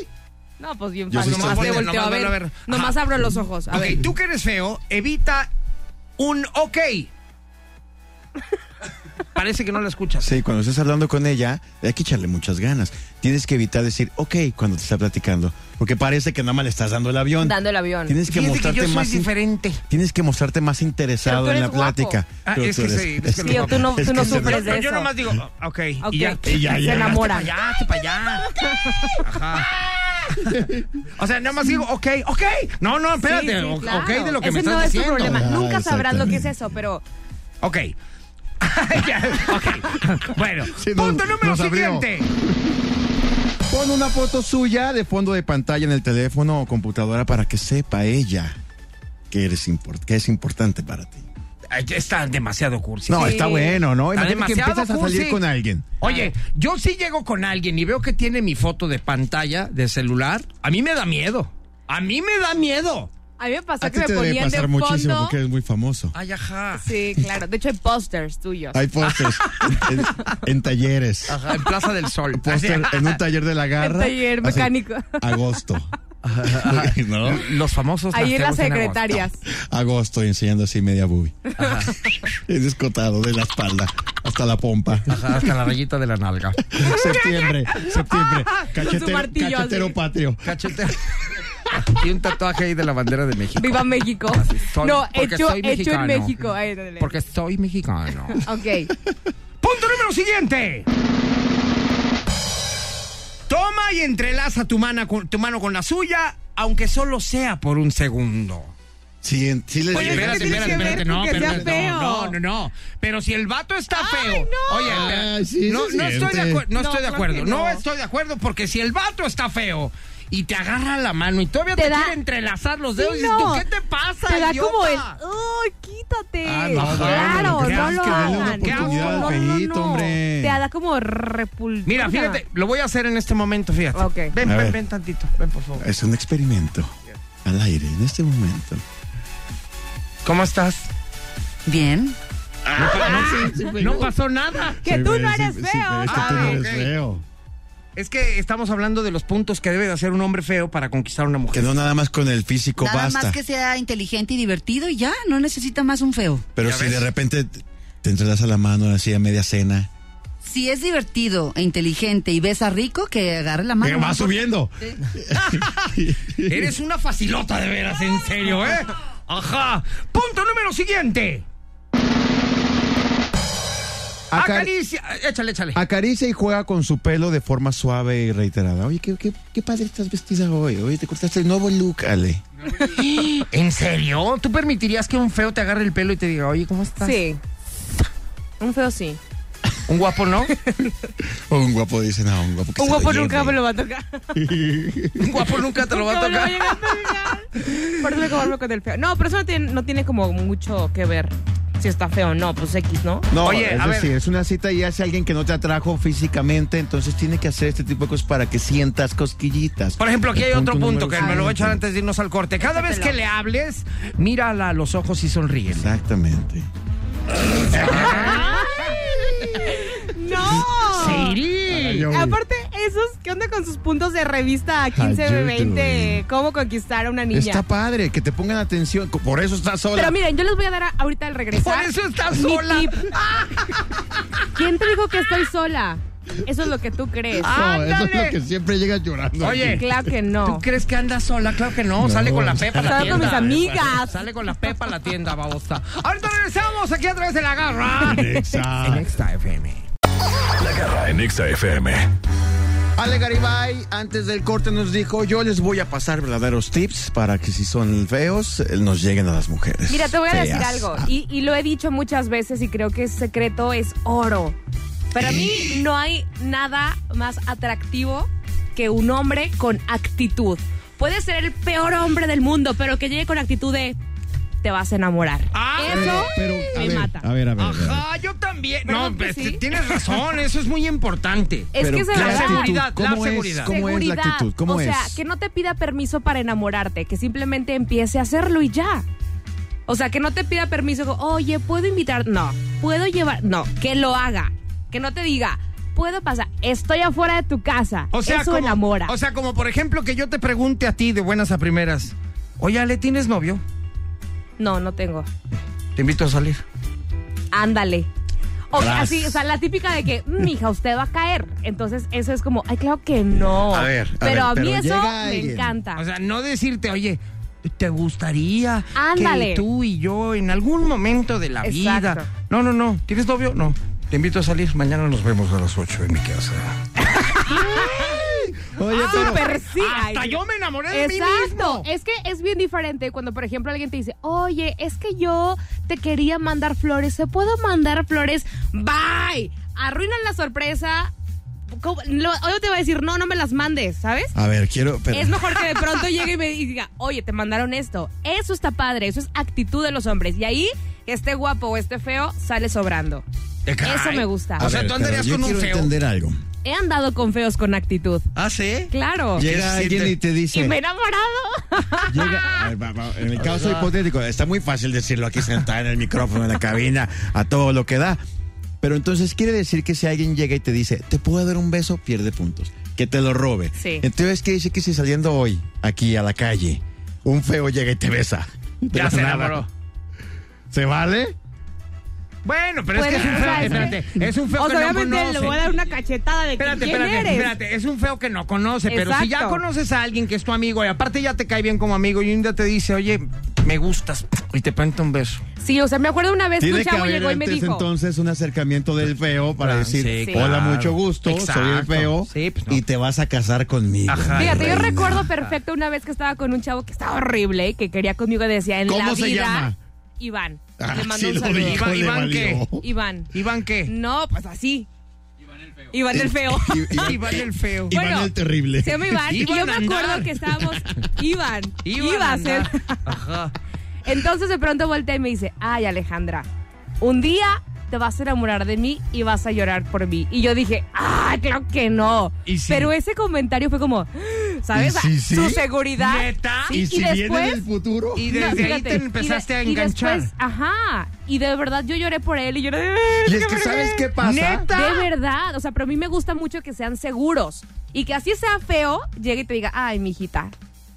Speaker 4: No, pues bien
Speaker 3: Yo sí
Speaker 4: fácil.
Speaker 3: estoy-
Speaker 4: nomás te
Speaker 2: Bueno,
Speaker 4: volteo
Speaker 2: nomás
Speaker 4: a ver.
Speaker 2: vuelvo a ver. Ajá.
Speaker 4: Nomás abro los ojos. A
Speaker 2: ok,
Speaker 4: ver.
Speaker 2: tú que eres feo, evita un ok. Parece que no la escuchas.
Speaker 3: Sí, cuando estés hablando con ella, hay que echarle muchas ganas. Tienes que evitar decir, ok, cuando te está platicando. Porque parece que nada más le estás dando el avión.
Speaker 4: Dando el avión.
Speaker 3: Tienes que
Speaker 2: Fíjate que
Speaker 3: mostrarte
Speaker 2: yo soy
Speaker 3: más. in-
Speaker 2: diferente.
Speaker 3: Tienes que mostrarte más
Speaker 4: Pero
Speaker 3: interesado
Speaker 4: tú
Speaker 3: en la
Speaker 4: eres guapo.
Speaker 3: plática.
Speaker 2: Ah,
Speaker 3: Pero
Speaker 2: es
Speaker 3: tú
Speaker 2: que
Speaker 3: eres-
Speaker 2: sí, es
Speaker 3: es
Speaker 2: que
Speaker 3: que
Speaker 4: Tío, tú no,
Speaker 3: es
Speaker 4: tú no
Speaker 3: que se-
Speaker 4: sufres
Speaker 2: Yo,
Speaker 4: de
Speaker 2: yo
Speaker 4: eso.
Speaker 2: nomás digo, oh, ok,
Speaker 4: Ok.
Speaker 2: y ya.
Speaker 3: Y ya,
Speaker 4: se
Speaker 3: ya.
Speaker 4: enamora.
Speaker 2: Ya, para allá. Ajá. O sea, nada más digo, ok, ok. No, no, espérate.
Speaker 4: Sí, sí,
Speaker 2: o-
Speaker 4: claro.
Speaker 2: Ok, de lo que
Speaker 4: Ese
Speaker 2: me estás
Speaker 4: no es tu
Speaker 2: diciendo.
Speaker 4: problema.
Speaker 3: Ah,
Speaker 4: Nunca sabrás lo que es
Speaker 3: exactamente.
Speaker 4: eso, pero
Speaker 2: Ok. Ya, ok. Bueno,
Speaker 3: Sí, nos-
Speaker 2: punto número
Speaker 3: nos abrió.
Speaker 2: siguiente.
Speaker 3: Pon una foto suya de fondo de pantalla en el teléfono o computadora para que sepa ella que, eres import- que es importante para ti.
Speaker 2: Ay, Está demasiado cursi.
Speaker 3: No,
Speaker 4: Sí.
Speaker 3: está bueno, ¿no?
Speaker 2: Está
Speaker 3: Imagínate que
Speaker 2: demasiado
Speaker 3: empiezas a salir
Speaker 2: cursi.
Speaker 3: con alguien.
Speaker 2: Oye, yo sí llego con alguien y veo que tiene mi foto de pantalla de celular. A mí me da miedo. A mí me da miedo.
Speaker 4: a mí me pasó
Speaker 3: A
Speaker 4: que
Speaker 3: ti
Speaker 4: me
Speaker 3: te debe
Speaker 4: ponían de
Speaker 3: pasar muchísimo
Speaker 4: fondo.
Speaker 3: porque eres muy famoso.
Speaker 2: Ay, ajá.
Speaker 4: Sí, claro. De hecho, hay posters tuyos.
Speaker 3: Hay pósters en, en- en talleres.
Speaker 2: Ajá, en Plaza del Sol.
Speaker 3: Póster en un taller de la garra.
Speaker 4: En taller
Speaker 3: Así,
Speaker 4: mecánico.
Speaker 3: Agosto. ¿No?
Speaker 2: Los famosos.
Speaker 4: Ahí en las
Speaker 2: nacemos agosto.
Speaker 4: secretarias.
Speaker 3: Agosto y enseñando así media boobie. Es descotado de la espalda hasta la pompa.
Speaker 2: Ajá, hasta la rayita de la nalga.
Speaker 3: Septiembre, septiembre.
Speaker 4: Con su
Speaker 3: Cachetero,
Speaker 4: martillo así.
Speaker 3: cachetero patrio.
Speaker 2: Cachete. Y un tatuaje ahí de la bandera de México.
Speaker 4: Viva México.
Speaker 2: Soy-
Speaker 4: no,
Speaker 2: porque
Speaker 4: hecho,
Speaker 2: soy
Speaker 4: hecho en
Speaker 2: mexicano.
Speaker 4: México. Ahí, dale.
Speaker 2: Porque soy mexicano.
Speaker 4: Ok.
Speaker 2: Punto número siguiente. Toma y entrelaza tu, mana con- tu mano con la suya, aunque solo sea por un segundo.
Speaker 3: Sí, en- sí les
Speaker 4: Oye,
Speaker 3: llega.
Speaker 4: espérate, espérate, espérate, no,
Speaker 2: que
Speaker 4: espérate,
Speaker 2: sea
Speaker 4: no,
Speaker 2: feo.
Speaker 4: no, no,
Speaker 2: Pero si el vato está
Speaker 4: Ay,
Speaker 2: feo.
Speaker 4: no.
Speaker 2: Oye, espera,
Speaker 3: Ay, sí,
Speaker 2: no,
Speaker 3: se
Speaker 2: no estoy de
Speaker 3: siente.
Speaker 2: acuerdo. No,
Speaker 4: No,
Speaker 2: estoy de
Speaker 4: claro
Speaker 2: acuerdo.
Speaker 4: que
Speaker 2: No.
Speaker 4: no.
Speaker 2: estoy de acuerdo porque si el vato está feo y te agarra la mano y todavía te,
Speaker 4: Te da-
Speaker 2: quiere entrelazar los
Speaker 4: Sí,
Speaker 2: dedos, dices,
Speaker 4: no.
Speaker 2: ¿tú qué te pasa?
Speaker 4: Te da
Speaker 2: idiota?
Speaker 4: como el. ¡Ay, quítate!
Speaker 3: Ah, no, bueno,
Speaker 4: claro,
Speaker 2: ¿qué haces
Speaker 4: no lo
Speaker 2: que denle una
Speaker 4: hagan.
Speaker 2: oportunidad al
Speaker 4: No, no,
Speaker 3: feíto,
Speaker 4: no.
Speaker 3: hombre?
Speaker 4: Te da como repulsión.
Speaker 2: Mira, fíjate, lo voy a hacer en este momento, fíjate.
Speaker 4: Ok.
Speaker 2: Ven,
Speaker 3: A
Speaker 2: ven,
Speaker 3: ver.
Speaker 2: ven tantito. Ven, por favor.
Speaker 3: Es un experimento al aire en este momento.
Speaker 2: ¿Cómo estás?
Speaker 8: Bien.
Speaker 2: No pasó nada.
Speaker 4: Que
Speaker 8: Sí,
Speaker 4: tú
Speaker 8: güey,
Speaker 4: no
Speaker 8: sí,
Speaker 4: eres
Speaker 8: sí,
Speaker 4: feo.
Speaker 8: es que tú no
Speaker 2: Ah,
Speaker 8: eres
Speaker 2: ok.
Speaker 8: feo.
Speaker 2: Es que estamos hablando de los puntos que debe de hacer un hombre feo para conquistar a una
Speaker 3: Que
Speaker 2: mujer.
Speaker 3: no nada más con el físico
Speaker 9: Nada
Speaker 3: basta.
Speaker 9: más que sea inteligente y divertido y ya, no necesita más un feo.
Speaker 3: Pero
Speaker 2: ¿Ya
Speaker 3: si
Speaker 2: ves?
Speaker 3: de repente te- te entrelaza la mano así a media cena.
Speaker 9: Si es divertido e inteligente y besa rico, que agarre la
Speaker 8: Que
Speaker 3: Eh,
Speaker 9: mano.
Speaker 8: va subiendo.
Speaker 2: Eres una facilota de veras, en serio, ¿eh? Ajá. Punto número siguiente.
Speaker 4: Ah,
Speaker 3: Acar-
Speaker 2: Acaricia. Échale, échale.
Speaker 3: Acaricia y juega con su pelo de forma suave y reiterada. Oye, qué, qué, qué padre estás vestida hoy. Oye, te cortaste el nuevo look, Ale.
Speaker 2: ¿En serio? ¿Tú permitirías que un feo te agarre el pelo y te diga, oye, ¿cómo estás?
Speaker 4: Ah, Sí. Un feo sí.
Speaker 2: ¿Un guapo no?
Speaker 3: Un guapo dice, no, un guapo que
Speaker 4: Un
Speaker 3: se lo
Speaker 4: guapo
Speaker 3: lleve".
Speaker 4: nunca me lo va a tocar.
Speaker 2: Un guapo nunca te lo va a
Speaker 4: Nunca
Speaker 2: tocar.
Speaker 4: me lo va a llegar a tocar. Por eso me conformo con el feo. No, pero eso no tiene, no tiene como mucho que ver si está feo o no. Pues X, ¿no?
Speaker 3: No,
Speaker 2: Oye,
Speaker 3: es
Speaker 2: a ver.
Speaker 3: decir, es una cita y hace alguien que no te atrajo físicamente, entonces tiene que hacer este tipo de cosas para que sientas cosquillitas.
Speaker 2: Por ejemplo, aquí
Speaker 3: El
Speaker 2: hay otro punto
Speaker 3: número
Speaker 2: que me lo voy a echar
Speaker 3: cinco.
Speaker 2: antes de irnos al corte. Cada vez que le hables, mírala a los ojos y sonríe.
Speaker 3: Exactamente.
Speaker 4: ¡No!
Speaker 2: Siri.
Speaker 8: Yo, güey.
Speaker 4: Aparte, esos, ¿qué onda con sus puntos de revista a 15,
Speaker 8: Ayúdame.
Speaker 4: 20? ¿Cómo conquistar a una niña?
Speaker 3: Está padre, que te pongan atención. co- Por eso estás sola.
Speaker 4: Pero miren, yo les voy a dar a- ahorita al
Speaker 2: Por
Speaker 4: regresar.
Speaker 2: eso estás
Speaker 4: mi
Speaker 2: sola.
Speaker 4: tip. ¿Quién te dijo que estoy sola? Eso es lo que tú crees.
Speaker 8: No, eso es lo
Speaker 2: ¡Ándale!
Speaker 8: que siempre llega llorando.
Speaker 2: Oye,
Speaker 4: Claro que
Speaker 2: Ah, ¿Tú
Speaker 4: no.
Speaker 2: crees que anda sola? Claro que no.
Speaker 8: No,
Speaker 2: Sale con la Pepa a la
Speaker 4: Estaba con mis
Speaker 2: tienda.
Speaker 4: amigas.
Speaker 2: Sale con la Pepa a la tienda, babosa. Ahorita regresamos aquí a través de la garra.
Speaker 8: Nexa.
Speaker 2: Nexa FM.
Speaker 1: La garra en Exa FM.
Speaker 3: Ale Garibay, antes del corte nos dijo, yo les voy a pasar verdaderos tips para que si son feos, eh, nos lleguen a las mujeres.
Speaker 4: Mira, te voy a decir
Speaker 3: Feas.
Speaker 4: algo,
Speaker 3: Ah,
Speaker 4: y, y lo he dicho muchas veces y creo que ese secreto es oro. Para mí no hay nada más atractivo que un hombre con actitud. Puede ser el peor hombre del mundo, pero que llegue con actitud de te vas a enamorar.
Speaker 2: Ah,
Speaker 4: Eso
Speaker 8: Pero, a
Speaker 4: me
Speaker 8: ver,
Speaker 4: mata.
Speaker 8: A ver, a ver. a ver.
Speaker 2: Ajá, yo también. No,
Speaker 4: ¿Verdad que
Speaker 2: este,
Speaker 4: sí?
Speaker 2: tienes razón. Eso es muy importante.
Speaker 4: es
Speaker 3: pero
Speaker 4: que se
Speaker 3: ¿qué
Speaker 2: La
Speaker 4: verdad.
Speaker 3: actitud?
Speaker 2: seguridad, la
Speaker 3: ¿Cómo es?
Speaker 2: seguridad.
Speaker 3: ¿Cómo es la
Speaker 4: Seguridad.
Speaker 3: actitud? ¿Cómo
Speaker 4: o
Speaker 3: es?
Speaker 4: sea, que no te pida permiso para enamorarte, que simplemente empiece a hacerlo y ya. O sea, que no te pida permiso, como, oye, ¿puedo invitar? No. ¿Puedo llevar? No. Que lo haga. Que no te diga, ¿puedo pasar? Estoy afuera de tu casa.
Speaker 2: O sea,
Speaker 4: Eso
Speaker 2: como,
Speaker 4: enamora.
Speaker 2: O sea, como por ejemplo que yo te pregunte a ti de buenas a primeras. Oye, Ale, ¿tienes novio?
Speaker 4: no, no tengo.
Speaker 2: Te invito a salir.
Speaker 4: Ándale. O
Speaker 8: Tras.
Speaker 4: así, o sea, la típica de que, "Mm, hija, usted va a caer. Entonces, eso es como, ay, claro que no.
Speaker 3: A ver, a ver,
Speaker 4: pero a mí
Speaker 3: pero
Speaker 4: eso
Speaker 3: llega
Speaker 4: me
Speaker 3: alguien.
Speaker 4: encanta.
Speaker 2: O sea, no decirte, oye, ¿te gustaría
Speaker 4: Ándale.
Speaker 2: que tú y yo en algún momento de la
Speaker 4: Exacto.
Speaker 2: vida? No, no, no. ¿Tienes novio? No. Te invito a salir. Mañana nos vemos a las 8 en mi casa.
Speaker 8: Oye,
Speaker 4: Ah,
Speaker 8: pero-
Speaker 4: súper sí.
Speaker 2: Hasta
Speaker 4: Ay,
Speaker 2: yo me enamoré de mí
Speaker 4: Exacto.
Speaker 2: mismo.
Speaker 4: Es que es bien diferente cuando, por ejemplo, alguien te dice, oye, es que yo te quería mandar flores, ¿se puedo mandar flores? Bye. Arruinan la sorpresa. ¿Cómo? Lo- Hoy te va a decir, no, no me las mandes, ¿sabes?
Speaker 3: A ver, quiero... pero-
Speaker 4: Es mejor que de pronto llegue y me diga, oye, te mandaron esto. Eso está padre, eso es actitud de los hombres. Y ahí, este guapo o este feo sale sobrando. Eh, Eso me gusta.
Speaker 3: A
Speaker 2: O sea,
Speaker 3: ver,
Speaker 2: tú
Speaker 3: pero
Speaker 2: andarías
Speaker 3: yo
Speaker 2: con un
Speaker 3: quiero
Speaker 2: feo.
Speaker 3: entender algo.
Speaker 4: He andado con feos con actitud.
Speaker 2: ¿Ah, sí?
Speaker 4: Claro.
Speaker 3: Llega
Speaker 2: sí
Speaker 3: alguien
Speaker 2: te-
Speaker 3: y te dice...
Speaker 4: Y me he enamorado. Ah.
Speaker 3: Llega, a ver, va- va- en el caso hipotético, está muy fácil decirlo aquí sentada en el micrófono, en la cabina, a todo lo que da. Pero entonces quiere decir que si alguien llega y te dice, ¿te puedo dar un beso? Pierde puntos. Que te lo robe.
Speaker 4: Sí.
Speaker 3: Entonces quiere decir que si saliendo hoy, aquí a la calle, un feo llega y te besa. De la
Speaker 2: Ya se
Speaker 3: nada.
Speaker 2: enamoró.
Speaker 3: ¿Se vale?
Speaker 2: Bueno, pero
Speaker 4: Pues,
Speaker 2: es que es un feo.
Speaker 4: ¿sabes
Speaker 2: Espérate,
Speaker 4: qué?
Speaker 2: es un feo
Speaker 4: O
Speaker 2: que
Speaker 4: sea,
Speaker 2: no
Speaker 4: obviamente
Speaker 2: conoce.
Speaker 4: le voy a dar una cachetada de que,
Speaker 2: Espérate,
Speaker 4: quién
Speaker 2: espérate,
Speaker 4: eres.
Speaker 2: espérate. Es un feo que no conoce, pero si ya
Speaker 4: Exacto.
Speaker 2: conoces a alguien que es tu amigo y aparte ya te cae bien como amigo y un día te dice, oye, me gustas y te planta un beso.
Speaker 4: Sí, o sea, me acuerdo una vez que un
Speaker 3: Tiene que
Speaker 4: chavo
Speaker 3: haber
Speaker 4: llegó y me
Speaker 3: antes
Speaker 4: dijo.
Speaker 3: entonces un acercamiento del feo para
Speaker 2: Ah,
Speaker 3: decir,
Speaker 2: sí,
Speaker 3: hola,
Speaker 2: claro.
Speaker 3: mucho gusto, soy el
Speaker 2: Exacto.
Speaker 3: feo
Speaker 2: Sí, pues, no.
Speaker 3: y te vas a casar conmigo.
Speaker 2: Ajá.
Speaker 4: Fíjate, yo
Speaker 3: reina".
Speaker 4: recuerdo perfecto una vez que estaba con un chavo que estaba horrible, que quería conmigo y decía, en
Speaker 8: ¿Cómo
Speaker 4: la
Speaker 8: se
Speaker 4: vida.
Speaker 8: llama?
Speaker 4: Iván.
Speaker 8: Ah,
Speaker 4: le mando
Speaker 8: sí
Speaker 4: un
Speaker 8: lo
Speaker 4: saludo.
Speaker 8: dijo,
Speaker 2: Iván-
Speaker 8: le
Speaker 2: Iván, ¿qué?
Speaker 8: valió.
Speaker 4: Iván.
Speaker 2: ¿Iván qué?
Speaker 4: No, pues así. Iván el feo.
Speaker 2: Iván, el feo.
Speaker 8: Iván el terrible.
Speaker 4: Se llama Iván.
Speaker 2: Iban
Speaker 4: y yo me
Speaker 2: a andar.
Speaker 4: acuerdo que estábamos. Iván.
Speaker 2: Iván
Speaker 4: iba a ser.
Speaker 2: andar. Ajá.
Speaker 4: Entonces de pronto voltea y me dice, ay Alejandra, un día te vas a enamorar de mí y vas a llorar por mí. Y yo dije, ah, claro que no.
Speaker 2: Y sí.
Speaker 4: Pero ese comentario fue como, ¿sabes?
Speaker 3: ¿Y sí, sí?
Speaker 4: Su seguridad.
Speaker 2: ¿Neta?
Speaker 4: Sí,
Speaker 3: y, si viene
Speaker 4: después-
Speaker 3: del futuro.
Speaker 2: Y
Speaker 4: No,
Speaker 2: desde ahí
Speaker 4: fíjate,
Speaker 2: te empezaste
Speaker 4: y
Speaker 2: a
Speaker 4: de- y
Speaker 2: enganchar.
Speaker 4: después, ajá. Y de verdad yo lloré por él y lloré. "Ay,
Speaker 3: Y es
Speaker 4: qué
Speaker 3: que, ¿sabes
Speaker 4: vergüenza".
Speaker 3: qué pasa?
Speaker 2: ¿Neta?
Speaker 4: De verdad, o sea, pero a mí me gusta mucho que sean seguros y que así sea feo, llegue y te diga, ay, mijita,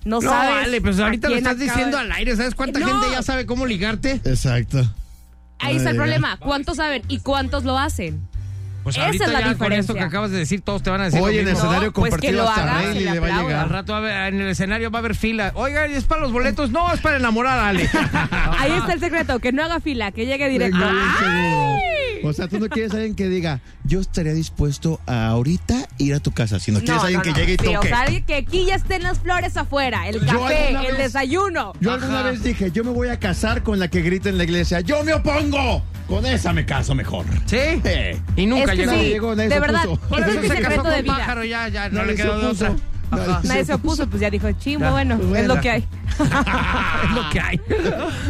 Speaker 4: no,
Speaker 2: No,
Speaker 4: sabes.
Speaker 2: vale, pues
Speaker 4: a
Speaker 2: ahorita lo
Speaker 4: quién
Speaker 2: estás
Speaker 4: acaba-
Speaker 2: diciendo al aire. ¿Sabes cuánta
Speaker 4: No.
Speaker 2: gente ya sabe cómo ligarte?
Speaker 3: Exacto.
Speaker 4: Ahí está el
Speaker 3: Ay,
Speaker 4: problema. ¿Cuántos saben y cuántos lo hacen?
Speaker 2: Pues
Speaker 4: Esa
Speaker 2: ahorita
Speaker 4: es la
Speaker 2: ya con esto
Speaker 4: diferencia.
Speaker 2: que acabas de decir, todos te van a decir.
Speaker 3: Oye,
Speaker 2: lo
Speaker 3: en el
Speaker 2: mismo.
Speaker 3: escenario
Speaker 4: pues que
Speaker 3: compartido
Speaker 4: lo
Speaker 3: hasta
Speaker 4: haga,
Speaker 3: Rayleigh
Speaker 4: se le
Speaker 3: le va a
Speaker 4: aplauda.
Speaker 2: Al
Speaker 3: llegar.
Speaker 2: rato va a ver- en el escenario va a haber fila. Oiga, ¿es para los boletos? No, es para enamorar a Ale.
Speaker 4: Ahí está el secreto, que no haga fila, que llegue directo. Ah,
Speaker 3: Venga, bien seguro.
Speaker 4: ¡Ay!
Speaker 3: O sea, tú no quieres alguien que diga, yo estaría dispuesto a ahorita ir a tu casa, sino
Speaker 4: No,
Speaker 3: quieres alguien
Speaker 4: no,
Speaker 3: que
Speaker 4: no.
Speaker 3: llegue y
Speaker 4: Sí, o
Speaker 3: toque.
Speaker 4: sea, alguien que aquí ya estén las flores afuera, el café,
Speaker 3: alguna
Speaker 4: el
Speaker 3: vez-
Speaker 4: desayuno.
Speaker 3: Yo alguna
Speaker 2: Ajá.
Speaker 3: vez dije, yo me voy a casar con la que grita en la iglesia, yo me opongo. Con esa me caso mejor.
Speaker 2: ¿Sí?
Speaker 3: Eh.
Speaker 2: Y nunca
Speaker 4: es que
Speaker 2: llegó.
Speaker 4: sí,
Speaker 3: llegó, nadie
Speaker 4: de
Speaker 3: se
Speaker 4: verdad,
Speaker 3: opuso.
Speaker 2: Por
Speaker 4: ese
Speaker 2: eso
Speaker 4: es mi
Speaker 2: se casó
Speaker 4: secreto de
Speaker 2: con
Speaker 4: vida.
Speaker 2: pájaro, ya, ya, no
Speaker 3: Nadie
Speaker 2: le
Speaker 3: se
Speaker 2: quedó de
Speaker 3: opuso.
Speaker 2: otra.
Speaker 3: Nadie
Speaker 2: Ajá.
Speaker 4: Nadie se opuso, pues ya dijo, chingo, bueno,
Speaker 3: pues
Speaker 4: es lo que hay.
Speaker 2: es lo que hay.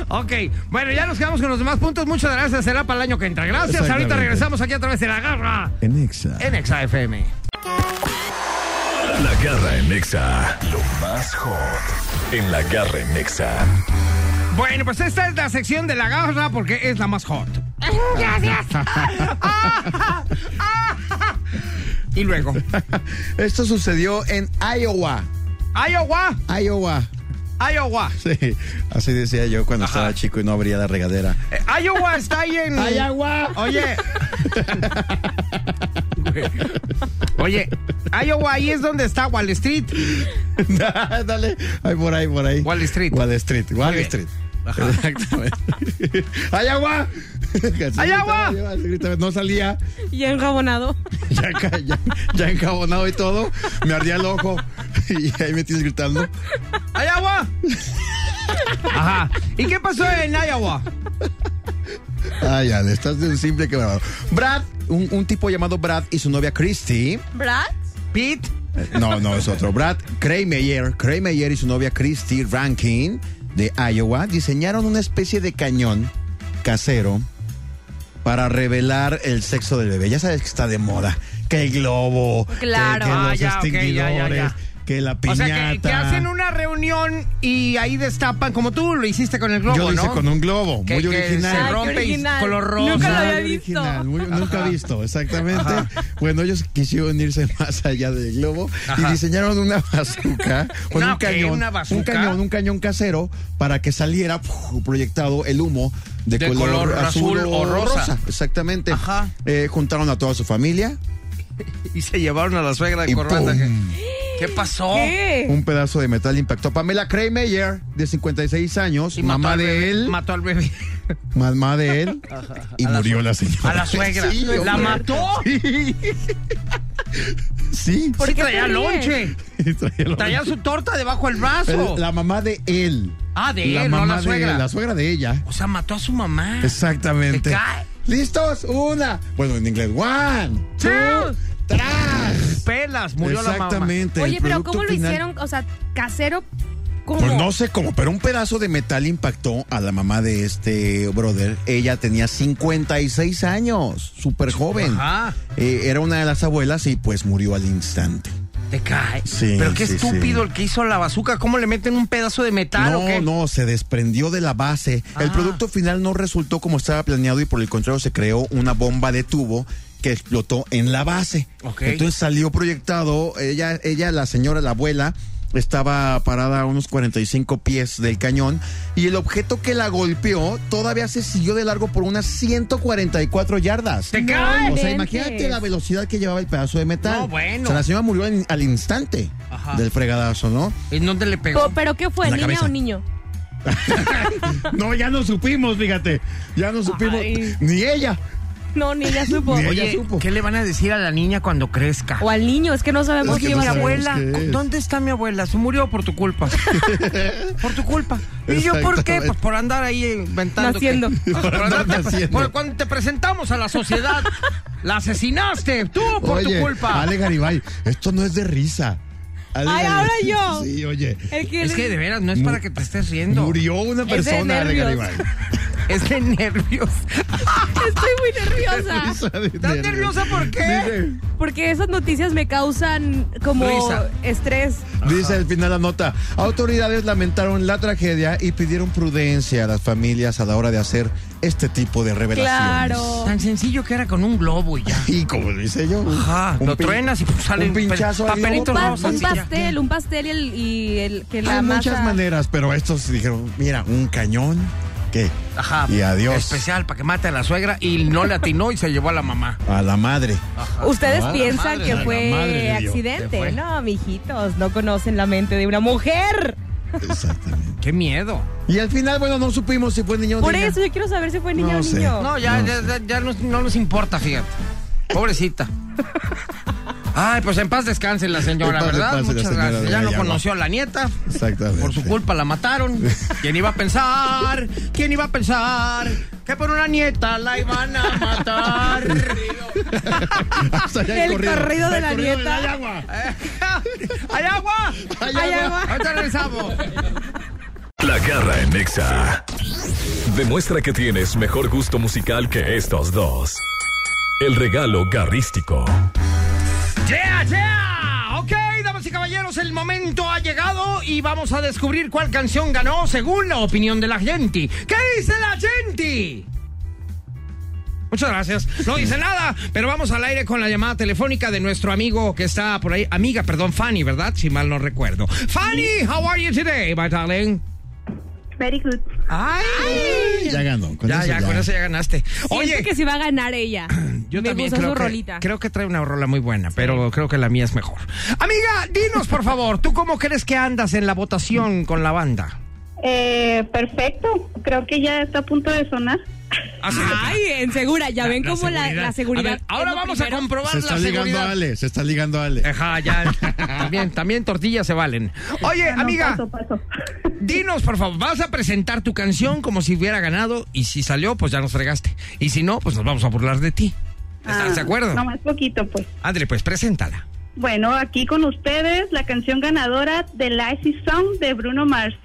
Speaker 2: ok, bueno, ya nos quedamos con los demás puntos. Muchas gracias, será para el año que entra. Gracias, ahorita
Speaker 3: Exactamente.
Speaker 2: regresamos aquí a través de la garra
Speaker 3: En Exa.
Speaker 2: en XAFM.
Speaker 1: La garra en Nexa. Lo más hot en la garra en Nexa.
Speaker 2: Bueno, pues esta es la sección de la garra porque es la más hot.
Speaker 4: Gracias.
Speaker 2: Y luego,
Speaker 10: Esto sucedió en Iowa.
Speaker 2: Iowa,
Speaker 10: Iowa.
Speaker 2: Iowa.
Speaker 10: Sí, así decía yo cuando estaba chico y no abría la regadera.
Speaker 2: Eh, Iowa está ahí en.
Speaker 3: agua!
Speaker 2: Oye. Oye, Iowa, ahí es donde está Wall Street.
Speaker 3: Ah, Dale, ahí por ahí, por ahí.
Speaker 2: Wall Street.
Speaker 3: Wall Street, Wall
Speaker 2: bien.
Speaker 3: Street. Exactamente. ¡Hay agua!
Speaker 2: ¡Hay agua!
Speaker 3: No salía,
Speaker 4: Y enjabonado.
Speaker 3: ya, ca- ya, ya encabonado y todo, me ardía el ojo y ahí me tienes gritando.
Speaker 2: ¡Iowa! Ajá. ¿Y qué pasó en Iowa?
Speaker 3: Ay, Ale, estás de un simple quebrado. Brad, un, un tipo llamado Brad y su novia Christy.
Speaker 4: ¿Brad?
Speaker 2: Pete.
Speaker 3: eh, No, no, es otro. Brad Krameyer. Krameyer y su novia Christy Rankin de Iowa diseñaron una especie de cañón casero para revelar el sexo del bebé. Ya sabes que está de moda. Que el globo. que-
Speaker 4: Claro.
Speaker 3: Que,
Speaker 2: Ah,
Speaker 3: los
Speaker 2: ya, ok, ya, ya,
Speaker 3: extinguidores.
Speaker 2: ya.
Speaker 3: Que la
Speaker 2: O
Speaker 3: piñata.
Speaker 2: sea, que, que hacen una reunión y ahí destapan, como tú lo hiciste con el globo,
Speaker 3: Yo lo hice
Speaker 2: ¿no?
Speaker 3: con un globo.
Speaker 2: Que-
Speaker 3: muy
Speaker 2: que
Speaker 3: original.
Speaker 2: se
Speaker 4: Ay, qué
Speaker 2: rompe y
Speaker 4: original.
Speaker 2: color rosa.
Speaker 4: Nunca lo había
Speaker 3: Muy
Speaker 4: visto.
Speaker 3: original, muy- nunca visto, exactamente. Bueno, ellos quisieron irse más allá del globo
Speaker 2: Ajá.
Speaker 3: y diseñaron una bazooka, bueno,
Speaker 2: Una,
Speaker 3: un
Speaker 2: ¿qué?
Speaker 3: cañón,
Speaker 2: ¿Una bazooka?
Speaker 3: un cañón, un cañón casero para que saliera puf, proyectado el humo de,
Speaker 2: De color azul o rosa.
Speaker 3: Exactamente.
Speaker 2: Ajá.
Speaker 3: Eh, juntaron a toda su familia,
Speaker 2: Y se llevaron a la suegra de
Speaker 3: Y
Speaker 2: corbata.
Speaker 3: ¡pum!
Speaker 2: que- ¿Qué pasó?
Speaker 4: ¿Qué?
Speaker 3: un pedazo de metal impactó a Pamela Krameyer, de 56 años,
Speaker 2: Y mató
Speaker 3: mamá
Speaker 2: al
Speaker 3: de
Speaker 2: bebé,
Speaker 3: él,
Speaker 2: Mató al bebé.
Speaker 3: mamá de él, y murió la señora.
Speaker 2: A la suegra.
Speaker 3: Sí,
Speaker 2: ¿La
Speaker 3: hombre.
Speaker 2: mató?
Speaker 3: Sí. Sí.
Speaker 4: ¿Por
Speaker 2: Sí,
Speaker 4: qué
Speaker 2: traía
Speaker 4: te ríes?
Speaker 2: lonche.
Speaker 3: Y traía la-
Speaker 2: Traía su torta debajo del brazo.
Speaker 3: Pero La mamá de él.
Speaker 2: Ah, de él, no la
Speaker 3: de
Speaker 2: suegra.
Speaker 3: él, la suegra de ella.
Speaker 2: O sea, mató a su mamá. ¿Te
Speaker 3: Exactamente.
Speaker 2: cae?
Speaker 3: ¿Listos? Una. Bueno, en inglés, one,
Speaker 2: Two.
Speaker 3: two, tras.
Speaker 2: Pelas, murió la mamá.
Speaker 3: Exactamente.
Speaker 4: Oye,
Speaker 3: el
Speaker 4: pero
Speaker 3: producto
Speaker 4: ¿cómo lo
Speaker 3: final-
Speaker 4: hicieron? O sea, casero, ¿cómo?
Speaker 3: Pues no sé cómo, pero un pedazo de metal impactó a la mamá de este brother. Ella tenía 56 años, súper joven.
Speaker 2: Ajá.
Speaker 3: Eh, era una de las abuelas y pues murió al instante.
Speaker 2: Te cae.
Speaker 3: Sí,
Speaker 2: Pero qué
Speaker 3: sí,
Speaker 2: estúpido
Speaker 3: sí.
Speaker 2: el que hizo la bazuca. ¿Cómo le meten un pedazo de metal o qué?
Speaker 3: No, no, se desprendió de la base. El
Speaker 2: Ah.
Speaker 3: producto final no resultó como estaba planeado y por el contrario se creó una bomba de tubo que explotó en la base.
Speaker 2: Ok.
Speaker 3: Entonces salió proyectado, ella, ella, la señora, la abuela, estaba parada a unos 45 pies del cañón y el objeto que la golpeó todavía se siguió de largo por unas 144 yardas.
Speaker 2: Te cae.
Speaker 3: O sea,
Speaker 4: inventes.
Speaker 3: imagínate la velocidad que llevaba el pedazo de metal.
Speaker 2: No, bueno.
Speaker 3: O sea, la señora murió al- al instante
Speaker 2: Ajá.
Speaker 3: del fregadazo, ¿no?
Speaker 2: ¿En dónde le pegó?
Speaker 4: Co- ¿Pero qué fue,
Speaker 3: En la
Speaker 4: niña
Speaker 3: cabeza.
Speaker 4: o niño?
Speaker 3: No, ya no supimos, fíjate. Ya no supimos.
Speaker 4: Ay.
Speaker 3: Ni ella.
Speaker 4: No, ni ella supo.
Speaker 3: Ni ella
Speaker 2: Oye,
Speaker 3: supo.
Speaker 2: ¿qué le van a decir a la niña cuando crezca?
Speaker 4: O al niño, es que no sabemos
Speaker 3: Es que
Speaker 4: qué
Speaker 3: no
Speaker 4: iba a
Speaker 3: sabemos.
Speaker 4: abuela.
Speaker 2: abuela,
Speaker 3: qué es.
Speaker 2: Ah, ¿dónde está mi abuela? Se murió por tu culpa. por tu culpa. ¿Y yo por qué?
Speaker 3: Exactamente.
Speaker 2: Pues por andar ahí inventando.
Speaker 4: Naciendo.
Speaker 2: que-
Speaker 3: Por andar
Speaker 2: andarte-
Speaker 3: naciendo.
Speaker 2: por cuando te presentamos a la sociedad, la asesinaste. Tú por
Speaker 3: Oye,
Speaker 2: tu culpa.
Speaker 3: Ale Garibay, esto no es de risa. Ale
Speaker 4: Ay, ahora yo.
Speaker 3: Sí, oye.
Speaker 4: El que
Speaker 2: Es que de veras no es para que te estés riendo.
Speaker 3: Murió una
Speaker 4: Es de
Speaker 3: persona, Ale
Speaker 4: nervios.
Speaker 3: Garibay.
Speaker 2: Es de nervios.
Speaker 4: Estoy muy nerviosa.
Speaker 2: ¿Estás nerviosa por qué?
Speaker 4: Porque esas noticias me causan como
Speaker 2: Risa.
Speaker 4: estrés.
Speaker 8: Dice al final la nota, autoridades lamentaron la tragedia y pidieron prudencia a las familias a la hora de hacer este tipo de revelaciones.
Speaker 4: Claro.
Speaker 2: Tan sencillo que era con un globo y ya.
Speaker 8: Y como dice yo,
Speaker 2: Ajá, lo
Speaker 8: pin-
Speaker 2: truenas y pues, sale
Speaker 8: un pinchazo ahí,
Speaker 4: Un,
Speaker 2: papelito
Speaker 8: otro.
Speaker 4: pa-
Speaker 2: rosa,
Speaker 4: un
Speaker 2: así ya.
Speaker 4: pastel, un pastel y el, y el que la
Speaker 8: Hay
Speaker 4: masa.
Speaker 8: muchas maneras, pero estos dijeron, mira, un cañón, ¿qué?
Speaker 2: Ajá.
Speaker 8: Y adiós.
Speaker 2: Especial para que mate a la suegra y no le atinó y se llevó a la mamá.
Speaker 8: A la madre.
Speaker 4: Ustedes
Speaker 8: Madre,
Speaker 4: piensan
Speaker 8: madre,
Speaker 4: que
Speaker 8: la
Speaker 4: fue
Speaker 8: madre de Dios.
Speaker 4: accidente.
Speaker 2: Se fue.
Speaker 4: No, mijitos, no conocen la mente de una mujer.
Speaker 8: Exactamente.
Speaker 2: Qué miedo.
Speaker 8: Y al final, bueno, no supimos si fue niño o
Speaker 4: Por
Speaker 8: niña.
Speaker 4: eso yo quiero saber si fue niño
Speaker 8: No
Speaker 4: o
Speaker 8: sé.
Speaker 4: niño.
Speaker 2: No, ya, ya, ya, ya nos- no nos importa, fíjate. Pobrecita. Ay, pues en paz descanse la señora,
Speaker 8: En paz
Speaker 2: ¿verdad?
Speaker 8: descanse la
Speaker 2: Muchas
Speaker 8: señora
Speaker 2: gracias.
Speaker 8: de
Speaker 2: Ya no
Speaker 8: Guayama.
Speaker 2: conoció a la nieta.
Speaker 8: Exactamente.
Speaker 2: Por su culpa la mataron. ¿Quién iba a pensar? ¿Quién iba a pensar? Que por una nieta la iban a matar.
Speaker 8: Hasta allá
Speaker 4: El corrido de la
Speaker 8: El corrido
Speaker 4: nieta.
Speaker 8: del agua.
Speaker 2: ¡Hay agua!
Speaker 8: Hay
Speaker 4: Hay
Speaker 8: agua.
Speaker 4: agua.
Speaker 2: Ahorita regresamos.
Speaker 1: La garra en Nexa. Demuestra que tienes mejor gusto musical que estos dos. El regalo garrístico.
Speaker 2: ¡Yeah, yeah! Ok, damas y caballeros, el momento ha llegado y vamos a descubrir cuál canción ganó según la opinión de la gente. ¿Qué dice la gente? Muchas gracias. No dice nada, pero vamos al aire con la llamada telefónica de nuestro amigo que está por ahí. Amiga, perdón, Fanny, ¿verdad? Si mal no recuerdo. Fanny, how are you today, my darling?
Speaker 5: Very good.
Speaker 2: Ay,
Speaker 8: Ya ganó. Con
Speaker 2: ya,
Speaker 8: eso
Speaker 2: ya, con eso ya ganaste.
Speaker 4: Siento
Speaker 2: Oye,
Speaker 4: que si va a ganar ella.
Speaker 2: yo
Speaker 4: Me
Speaker 2: también
Speaker 4: gusta
Speaker 2: creo
Speaker 4: su
Speaker 2: que,
Speaker 4: rolita.
Speaker 2: creo que trae una rola muy buena, pero creo que la mía es mejor. Amiga, dinos por favor, ¿tú cómo crees que andas en la votación con la banda?
Speaker 5: Eh, perfecto. Creo que ya está a punto de sonar.
Speaker 4: Ay, en segura. Ya ven cómo la, la seguridad.
Speaker 2: A ver, ahora
Speaker 4: es lo
Speaker 2: vamos
Speaker 4: primero.
Speaker 2: a comprobar
Speaker 8: Se
Speaker 2: la
Speaker 8: está ligando
Speaker 2: seguridad.
Speaker 8: Ale, se está ligando Ale.
Speaker 2: Ajá, ya. también, también tortillas se valen. Oye,
Speaker 5: No,
Speaker 2: amiga,
Speaker 5: paso, paso.
Speaker 2: dinos por favor, ¿vas a presentar tu canción como si hubiera ganado? Y si salió, pues ya nos fregaste. Y si no, pues nos vamos a burlar de ti. ¿Estás de
Speaker 5: Ah,
Speaker 2: acuerdo?
Speaker 5: Nomás poquito, pues.
Speaker 2: Ándale, pues, preséntala.
Speaker 5: Bueno, aquí con ustedes la canción ganadora de Lazy Song de Bruno Mars.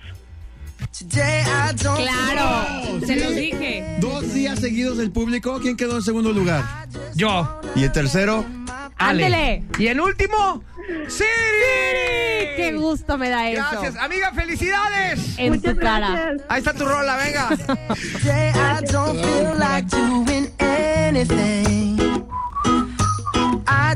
Speaker 4: Claro, se los dije.
Speaker 8: Dos días seguidos del público, ¿quién quedó en segundo lugar?
Speaker 2: Yo.
Speaker 8: Y el tercero,
Speaker 2: Ale.
Speaker 4: Ándele.
Speaker 2: Y el último, Siri.
Speaker 4: Qué gusto me da eso.
Speaker 2: Gracias, amiga, felicidades.
Speaker 4: En
Speaker 5: Muchas
Speaker 4: tu cara.
Speaker 5: gracias.
Speaker 2: Ahí está tu rola, venga.
Speaker 7: I don't feel like doing anything. I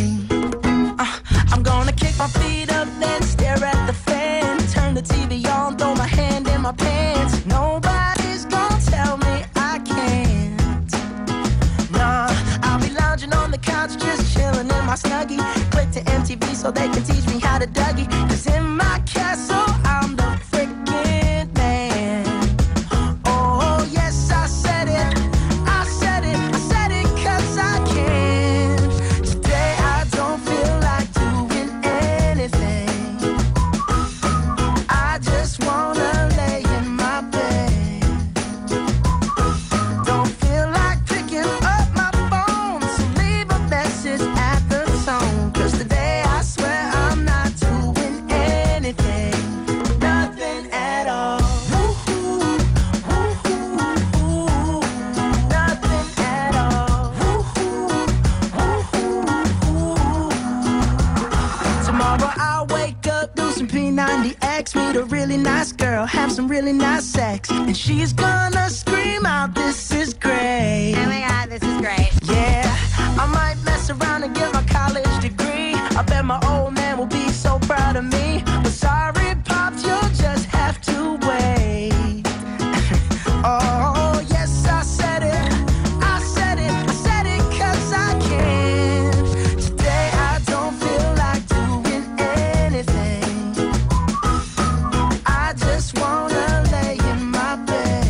Speaker 7: Uh, I'm gonna kick my feet up, then stare at the fan. Turn the TV on, throw my hand in my pants. Nobody's gonna tell me I can't. Nah, I'll be lounging on the couch, just chilling in my snuggie. Click to MTV so they can teach me how to Dougie. Cause in my castle, I'm the freaking man. Oh, yes, I said it. I said it. I said it 'cause I can. Today I don't feel like doing anything. I just wanna lay in my bed. Don't feel like picking up my phone. So leave a message at the tone. 'Cause today I swear I'm not doing anything. Nothing at all. Woo-hoo, woo-hoo, Nothing at all. Woo-hoo, woo-hoo. Tomorrow I'll wake up, do some P90X, meet a really nice girl, have some really nice sex. And she's gonna scream out, this is great. Yeah, I might mess around and get my college degree. I bet my old man will be so proud of me. But sorry, Pops, you'll just have to wait. oh, yes, I said it. I said it. I said it 'cause I can. Today I don't feel like doing anything. I just wanna lay in my bed.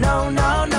Speaker 7: no, no. Oh,